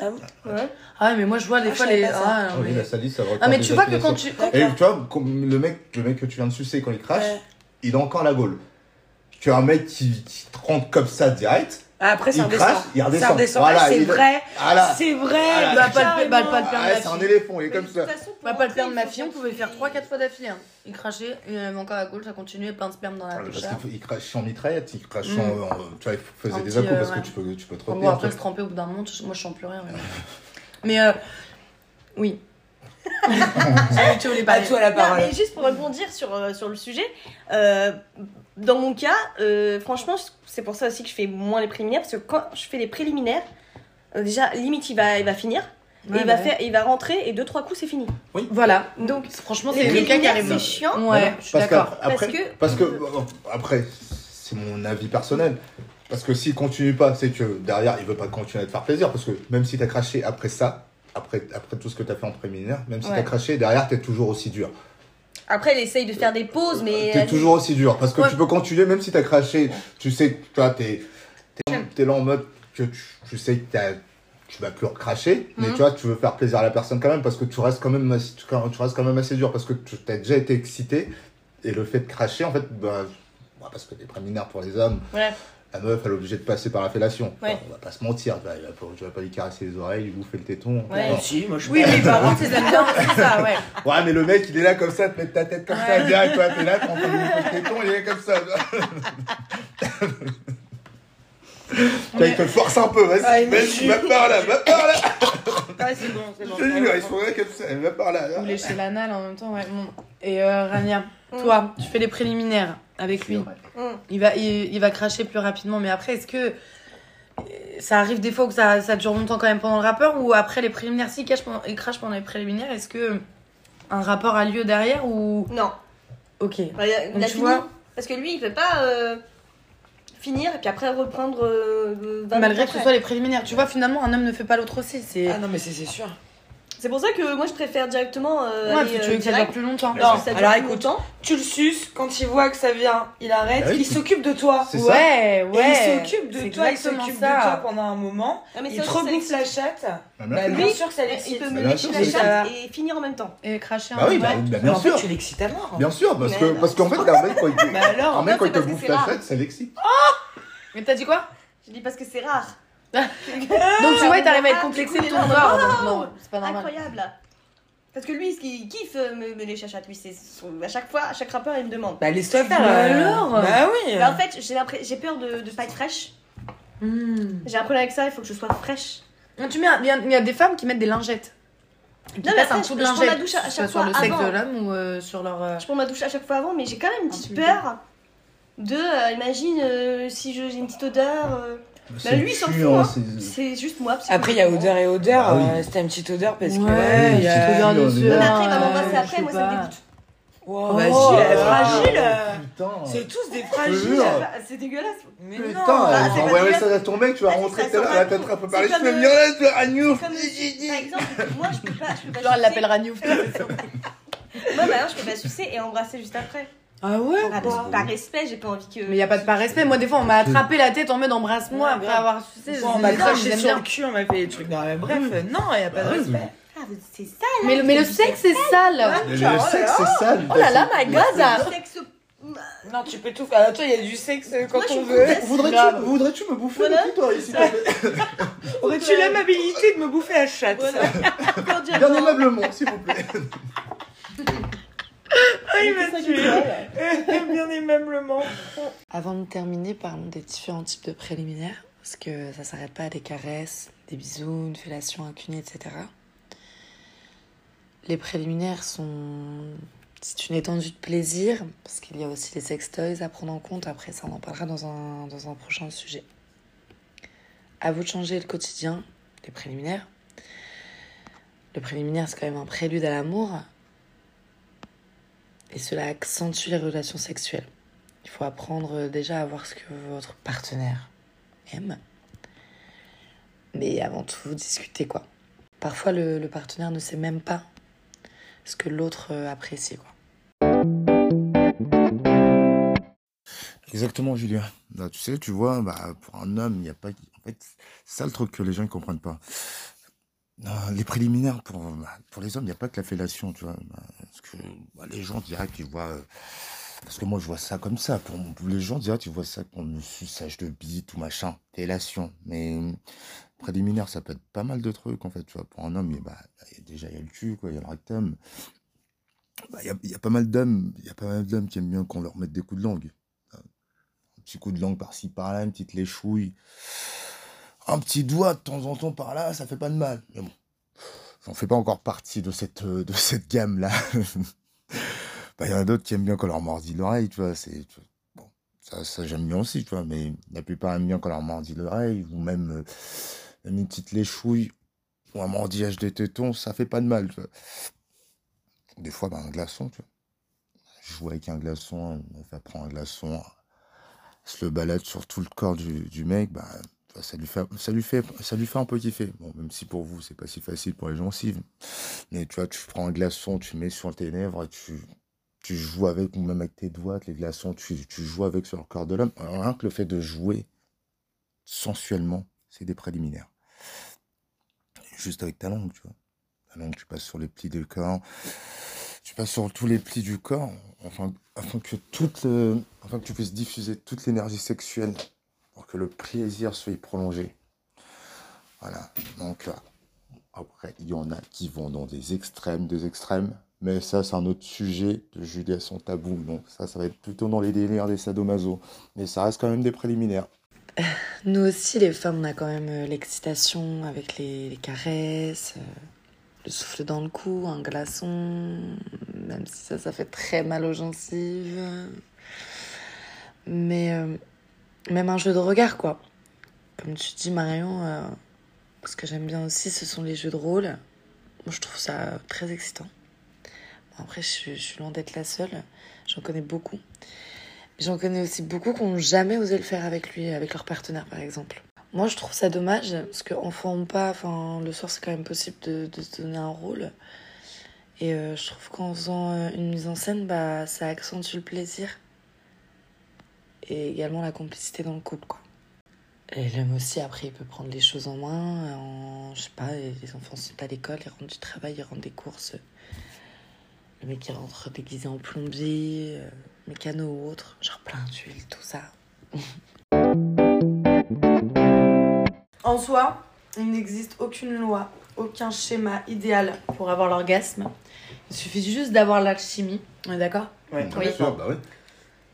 D: Ah ouais, mais moi je vois des
E: Ah,
D: fois
E: je savais
D: les.
E: pas ça.
D: Ah, non,
B: Oui,
D: mais...
B: la salive, ça retarde
D: Ah, mais tu vois que quand
B: l'éjaculation.
D: tu.
B: Et tu vois, comme le mec, le mec que tu viens de sucer quand il crache,
E: Ouais.
B: il a encore la gaule. Tu as un mec qui, qui te rentre comme ça direct.
E: Ah, Après
B: Il
E: ça redescend.
B: crache, il redescend.
E: Ça redescend,
B: Voilà,
E: Ah, c'est
B: il-
E: vrai,
B: Voilà.
E: c'est
B: Voilà.
D: Bah, pas
E: vrai.
D: le bah,
F: Carrément.
D: pas le père de
B: Ah,
D: ma
B: c'est un
D: fille.
B: éléphant, il est
F: Mais de
B: comme ça.
F: toute façon, pour
D: Bah, pas le
F: rentrer,
D: père de
F: il
D: ma
F: faut
D: fille, on
F: rentrer.
D: pouvait faire 3-4 fois d'affilée. hein. Il crachait, il avait encore la coule, ça continuait, plein de sperme dans la
B: Voilà,
D: couche.
B: Parce qu'il faut- il crache en mitraillette, il crache
D: Mm.
B: en, en- Tu vois, il faisait
D: Un
B: des
D: petit,
B: accos
D: euh,
B: parce
D: ouais.
B: que tu peux, tu peux te
D: Bon,
B: retenir,
D: après
B: tu
D: se tremper au bout d'un moment, tu- moi je sens plus rien. Mais, mais euh... [LAUGHS] oui. Bah, Salut, tu voulais
E: À
D: parler.
E: toi la
F: Non,
E: parole.
F: mais juste pour rebondir sur, euh, sur le sujet, euh, dans mon cas, euh, franchement, c'est pour ça aussi que je fais moins les préliminaires, parce que quand je fais les préliminaires, euh, déjà, limite, il va, il va finir, et
D: Ouais, bah
F: il, va
D: ouais.
F: faire, il va rentrer, et deux, trois coups, c'est fini.
D: Voilà.
F: Donc,
D: Franchement,
F: les
D: c'est le cas qui
F: préliminaires,
D: arrive.
F: c'est
E: Hein
F: chiant.
D: Ouais,
B: Voilà.
D: je suis
B: Parce
D: d'accord.
B: qu'après-
F: Parce
B: après-
F: que-
B: Parce que, bon, après, c'est mon avis personnel. Parce que s'il continue pas, c'est que derrière, il veut pas continuer à te faire plaisir. Parce que même si t'as craché après ça, après, après tout ce que t'as fait en préliminaire, même si
D: Ouais.
B: t'as craché, derrière, t'es toujours aussi dur.
F: Après, elle essaye de faire des pauses, mais...
B: T'es toujours aussi dur. Parce que
D: Ouais.
B: tu peux continuer, même si t'as craché, tu sais que toi, t'es es, là en mode que tu, tu sais que t'as- tu vas plus recracher, mais
D: Mhm.
B: tu vois, tu veux faire plaisir à la personne quand même, parce que tu restes quand même, assez- tu, tu restes quand même assez dur, parce que tu as déjà été excité, et le fait de cracher, en fait, bah, bah, parce que t'es préliminaire pour les hommes,
F: Ouais.
B: la meuf, elle est obligée de passer par la fellation.
F: Ouais.
B: on va pas se mentir, tu vas, il va pas- tu vas pas lui caresser les oreilles, lui bouffer le téton.
F: Ouais.
B: Non.
E: Si, moi je
D: Oui, mais par contre, ils aiment bien c'est ça,
E: [LAUGHS]
D: ouais.
B: Ouais, mais le mec, il est là comme ça, te mettre ta tête comme ça, direct, toi, t'es là, t'es en train de lui poser le téton, il est là comme ça. tu vois. Tu vois, il te force un peu, vas-y, vas-y, va par là, va par là.
E: Ah, c'est bon, c'est
B: Je
E: bon.
B: te jure, ils sont là comme ça, va par là. là.
D: Ou lécher l'anal en même temps, ouais. bon. Et euh, Rania,
E: Mm.
D: toi, tu fais les préliminaires avec lui.
F: Hmm,
D: Il va, il, il va cracher plus rapidement, mais après, est-ce que euh, ça arrive des fois que ça, ça dure longtemps quand même pendant le rapport ou après les préliminaires S'il cache pendant- il crache pendant les préliminaires, est-ce que un rapport a lieu derrière ou.
F: Non,
D: Ok.
F: Bah, il a- il
D: Donc,
F: a
D: tu
F: fini.
D: vois.
F: Parce que lui, il peut pas euh, finir, et puis après reprendre euh, euh, 20
D: Malgré que
F: minutes
D: ce
F: après.
D: soit les préliminaires, tu vois, finalement, un homme ne fait pas l'autre aussi. C'est.
E: Ah non, mais c'est c'est sûr.
F: C'est pour ça que moi, je préfère directement euh,
D: ouais, parce
F: aller
D: que tu
F: euh,
D: veux que ça dure
F: direct.
D: plus longtemps.
F: Parce que ça dure
E: alors,
F: plus
E: écoute,
F: longtemps.
E: Tu le suces, quand il voit que ça vient, il arrête,
B: Ah oui,
E: il
B: tu-
E: s'occupe de toi.
B: C'est ça.
D: ouais,
E: Et
D: ouais.
E: il s'occupe de
D: C'est
E: toi, il
D: exactement
E: s'occupe de
D: ça.
E: toi pendant un moment.
F: Ah, mais
E: Il te
F: c'est aussi
E: reboucle
F: sélectif.
E: la chatte.
B: Bah,
E: Bah,
B: bien
E: bien
B: sûr.
E: sûr que ça
F: Il
E: l'excite.
F: peut me
B: Bah,
F: lécher
B: bien
F: la
B: sûr,
F: chatte et finir en même temps.
D: Et cracher un
B: Bah oui, bah,
D: ouais.
B: bah,
E: Mais
B: bien
E: en fait,
B: sûr.
E: tu l'excites à mort. hein.
B: Bien sûr, parce
F: Mais
B: que,
F: non.
B: parce qu'en fait, un mec, quand il,
E: Mais alors
B: un mec,
F: non,
B: quand
F: c'est
B: il te
F: parce que
B: bouffe
F: c'est
B: la
F: rare.
B: tête, ça l'excite.
D: Mais t'as dit quoi
F: Je dis parce que c'est rare.
D: Donc tu vois, il t'arrive à être
F: ah,
D: complexé
F: du
D: de
F: coup,
D: ton
F: il est
D: corps. donc Non, c'est pas normal.
F: Oh. Incroyable. Parce que lui, ce qu'il kiffe, euh, me, me les chachates, lui, c'est son- à chaque fois, à chaque rappeur, il me demande.
E: Bah, les stuff.
D: Putain, alors
E: Bah oui.
F: Bah, en fait, j'ai l'impré- j'ai peur de, de pas être fraîche.
D: Hmm.
F: J'ai un problème avec ça, il faut que je sois fraîche.
D: Non, Tu mets, un- il y a- il y a des femmes qui mettent des lingettes. Qui
F: Non, mais
D: passent un
F: après,
D: coup de
F: je- je prends
D: lingette,
F: ma douche à- à
D: que ce
F: chaque
D: soit sur
F: fois
D: le sexe
F: avant.
D: de l'homme ou euh, sur leur. euh,
F: Je prends ma douche à chaque fois avant, mais j'ai quand même une petite
D: Intimité.
F: peur de. euh, imagine euh, si je- j'ai une petite odeur. euh,
B: C'est
F: lui, il s'en fout,
B: chiant,
F: hein.
B: c'est-
F: c'est juste moi. parce que-
E: Après, il y a odeur et odeur.
B: Ah oui.
E: euh, C'était une petite odeur parce que. bah,
D: Ouais,
E: il y a-
D: petite odeur de
B: Non, mais
F: Non, mais après,
D: sueur,
F: il va m'embrasser
D: euh,
F: après,
D: je
F: moi,
D: sais
F: ça me
D: pas.
F: dégoûte.
E: Wow,
D: Oh,
E: vas-y, elle est
D: oh,
E: fragile.
B: Putain.
E: C'est tous des
B: Je
E: fragiles.
B: jure.
F: Ah, C'est dégueulasse.
E: Mais
B: Putain,
F: bah, c'est
B: on
F: pas
B: va envoyer
F: dégueulasse.
B: ça à ton mec, tu vas
F: Ah,
B: rentrer
F: ça
B: tout à
F: sent
B: l'heure, la
F: pas
B: tête
F: bon.
B: un peu par les
F: C'est
B: cheveux,
F: comme,
B: viens là, tu vas à New.
F: Comme si, par exemple, moi je peux pas, je peux pas
D: Genre, elle
F: sucer.
D: l'appellera New.
F: Moi, bah, non, je peux pas sucer et embrasser juste après.
D: Ah ouais
F: Ah, parce que par respect, j'ai pas envie que.
D: Mais y a pas de pas respect. Moi, des fois, on m'a attrapé la tête en mode embrasse-moi
E: Ouais,
D: après
E: grave.
D: avoir sucé.
E: Bon, on
D: Je
E: m'a
D: dis, non,
E: craché
D: j'aime
E: sur
D: bien.
E: le cul, on m'a fait des trucs. Non, mais bref, euh, non, il n'y a pas
B: Bah,
E: de
B: ouais,
E: respect. Ah,
F: Ah, c'est ça,
D: Mais le, mais le sexe, c'est sale.
B: Mais Le sexe, c'est sale.
D: Oh là là, my god.
F: le sexe.
E: Non, tu peux tout faire. Attends, il y a du sexe euh, quand
F: Moi, je
E: on
F: suis
E: veut.
F: contente.
B: Voudrais-tu
D: Grave.
B: voudrais-tu me bouffer
F: Voilà.
B: le cul, toi, ici s'il te plaît
E: Aurais-tu l'amabilité de me bouffer la [LAUGHS] chatte
F: Voilà. Cordialement.
B: Bien aimablement, s'il vous plaît.
E: il m'a tué. [LAUGHS] J'aime bien aimablement.
A: Avant de terminer, parlons des différents types de préliminaires, parce que ça s'arrête pas à des caresses, des bisous, une fellation, un cunier, etc. Les préliminaires sont... C'est une étendue de plaisir, parce qu'il y a aussi les sextoys à prendre en compte. Après, ça, on en parlera dans un, dans un prochain sujet. À vous de changer le quotidien, les préliminaires. Le préliminaire, c'est quand même un prélude à l'amour. Et cela accentue les relations sexuelles. Il faut apprendre euh, déjà à voir ce que votre partenaire aime. Mais avant tout, discuter quoi. Parfois, le, le partenaire ne sait même pas ce que l'autre euh, apprécie quoi.
J: Exactement, Julien. Là, tu sais, tu vois, bah, pour un homme, il n'y a pas. En fait, c'est ça le truc que les gens ne comprennent pas. Non, les préliminaires, pour, bah, pour les hommes, il n'y a pas que la fellation, tu vois. Bah, Parce que bah, les gens diraient qu'ils voient. euh, Parce que moi, je vois ça comme ça. Pour, les gens diraient, tu vois ça comme le suçage de bite ou machin, fellation. Mais euh, préliminaire, ça peut être pas mal de trucs, en fait, tu vois. Pour un homme, il y a- bah, il y a déjà, il y a le cul, quoi, il y a le rectum. Bah, Il y, a, il y a pas mal d'hommes, il y a pas mal d'hommes qui aiment bien qu'on leur mette des coups de langue un petit coup de langue par-ci par-là, une petite léchouille, un petit doigt de temps en temps par-là, ça fait pas de mal. Mais bon, j'en fais pas encore partie de cette, euh, de cette gamme-là. [LAUGHS] Bah, Il y en a d'autres qui aiment bien qu'on leur mordit l'oreille, tu vois. C'est, tu vois, bon, ça, ça j'aime bien aussi, tu vois, mais la plupart aiment bien qu'on leur mordit l'oreille, ou même, euh, même une petite léchouille, ou un mordillage des tétons, ça fait pas de mal, tu vois. Des fois, bah, un glaçon, tu vois. Je joue avec un glaçon, on va prendre un glaçon, se le balade sur tout le corps du, du mec, bah, bah, ça, lui fait, ça, lui fait, ça lui fait un peu kiffer. Bon, même si pour vous, c'est pas si facile pour les gencives. Mais tu vois, tu prends un glaçon, tu mets sur tes lèvres, tu, tu joues avec, ou même avec tes doigts, les glaçons, tu, tu joues avec sur le corps de l'homme. Alors, Rien que le fait de jouer sensuellement, c'est des préliminaires. Juste avec ta langue, tu vois. Ta langue, tu passes sur les plis du corps. Tu passes sur tous les plis du corps, enfin, afin que toute le- afin que tu puisses diffuser toute l'énergie sexuelle pour que le plaisir soit prolongé. Voilà. Donc là, après, il y en a qui vont dans des extrêmes, des extrêmes. Mais ça, c'est un autre sujet de Julia sans tabou. Donc ça, ça va être plutôt dans les délires des sadomaso. Mais ça reste quand même des préliminaires.
A: Nous aussi, les femmes, on a quand même euh, l'excitation avec les, les caresses, euh, le souffle dans le cou, un glaçon, même si ça, ça fait très mal aux gencives. Mais euh, même un jeu de regard, quoi. Comme tu dis, Marion, euh, ce que j'aime bien aussi, ce sont les jeux de rôle. Moi, je trouve ça très excitant. Après, je, suis- je suis loin d'être la seule. J'en connais beaucoup. J'en connais aussi beaucoup qui n'ont jamais osé le faire avec lui, avec leur partenaire par exemple. Moi je trouve ça dommage, parce que enfant ou pas, enfin, le soir c'est quand même possible de, de se donner un rôle. Et euh, je trouve qu'en faisant euh, une mise en scène, bah, ça accentue le plaisir. Et également la complicité dans le couple quoi. Et l'homme aussi après il peut prendre les choses en main, en, je sais pas, les les enfants sont à l'école, ils rentrent du travail, ils rentrent des courses. Le mec qui rentre déguisé en plombier. euh, mécano ou autre, genre plein d'huile, tout ça.
D: En soi, il n'existe aucune loi, aucun schéma idéal pour avoir l'orgasme. Il suffit juste d'avoir l'alchimie. On est d'accord
J: Bien sûr, bah oui.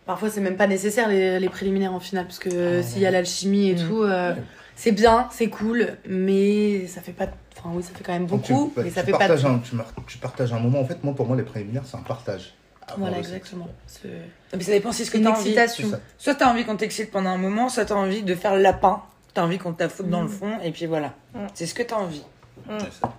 D: Parfois, c'est même pas nécessaire les, les préliminaires en finale, parce que
A: Ah,
D: euh, s'il y a l'alchimie et
E: Mm.
D: tout, euh, c'est bien, c'est cool, mais ça fait pas. Enfin, oui, ça fait quand même
J: Donc, tu-
D: beaucoup,
J: bah,
D: mais ça
J: tu
D: fait pas.
J: partages un- tu, mar- tu partages un moment. En fait, moi, pour moi, les préliminaires, c'est un partage. avant
D: Voilà,
J: le sexe.
D: exactement. C'est
E: Ah, Mais ça dépend si ce que
D: une
E: t'as envie.
J: C'est
D: excitation.
J: ça.
E: Soit t'as envie qu'on t'excite pendant un moment, soit t'as envie de faire le lapin. T'as envie qu'on te la foute dans le fond, et puis voilà.
F: Mm.
E: C'est ce que t'as envie.
J: C'est ça.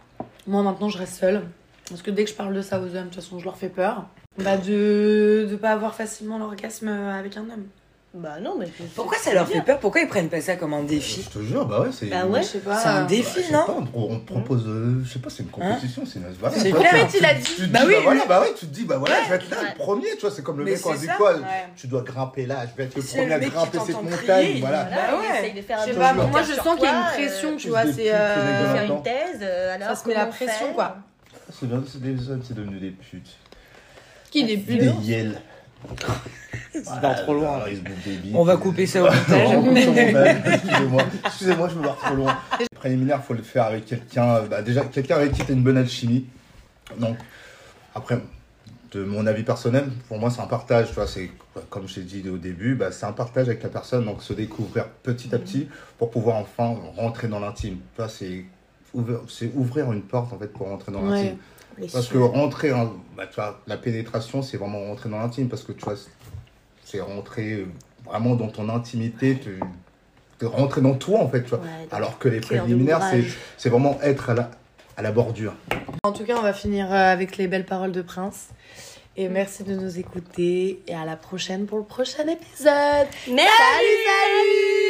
D: Moi, maintenant, je reste seule. Parce que dès que je parle de ça aux hommes, de toute façon, je leur fais peur. Bah, de ne pas avoir facilement l'orgasme avec un homme.
F: Bah non, mais. je-
E: Pourquoi ça leur fait peur Pourquoi ils prennent pas ça comme un défi
J: Je te jure, bah ouais, c'est.
F: Bah ouais.
D: Je sais pas. euh,
E: C'est un
J: Bah,
E: défi,
J: je sais
E: non
J: pas, on, pro- on propose, euh, je sais pas, c'est une compétition, c'est une. voilà,
E: C'est
J: quoi.
E: clair.
J: Tu-
D: il a
J: tu
D: dit.
J: te dis,
E: Bah
J: bah
E: oui,
J: voilà,
E: oui.
J: bah ouais, tu te dis, bah voilà, je vais être là
F: Ouais.
J: le premier, tu vois, c'est comme le
E: Mais
J: mec, on
E: c'est
J: dit
E: ça,
J: quoi
F: ouais.
J: Tu dois grimper là, je vais être le
E: C'est
J: premier
E: le
J: à
E: mec qui
J: grimper cette
E: t'entend
J: montagne,
E: crier,
J: voilà.
F: Voilà,
E: Bah ouais.
F: essaye de faire
D: Je
F: un
D: sais
F: truc
D: pas,
F: sur
D: moi je
F: toi,
D: sens qu'il y a une
F: euh,
D: pression, tu
J: plus
D: vois,
J: des
D: c'est.
J: trucs,
D: euh,
J: des
F: Faire
J: Attends.
F: une thèse, euh, alors.
D: Ça se met la
F: comment faire
D: pression, quoi.
J: C'est bien, c'est des hommes, c'est devenu des putes.
D: Qui n'est
J: Puis
D: plus.
J: des yels.
E: va trop loin.
J: alors, ils se bouffent des bites.
E: On va couper ça au montage.
J: Non, sur mon bal, Excusez-moi, excusez-moi, je me barre
E: [LAUGHS]
J: trop loin. Préliminaire, faut le faire avec quelqu'un, euh, bah, déjà quelqu'un avec qui t'as une bonne alchimie. Donc, après,
B: de mon avis personnel, pour moi, c'est un partage. Tu vois, c'est comme je t'ai dit au début, bah, c'est un partage avec la personne, donc se découvrir petit à
F: Mhm.
B: petit pour pouvoir enfin rentrer dans l'intime. Tu vois, c'est ouvrir, c'est ouvrir une porte en fait pour rentrer dans l'intime. Parce que rentrer, en- bah, tu vois, la pénétration, c'est vraiment rentrer dans l'intime parce que tu vois, c'est rentrer vraiment dans ton intimité, te, te rentrer dans toi en fait. Tu vois.
D: Ah.
F: Ouais, donc-
B: Alors que les
F: Clair de
B: préliminaires, c'est,
F: ouvrage.
B: c'est vraiment être à la, à la bordure.
D: En tout cas, on va finir euh, avec les belles paroles de Prince. Et merci de nous écouter. Et à la prochaine pour le prochain épisode.
F: Mais salut, salut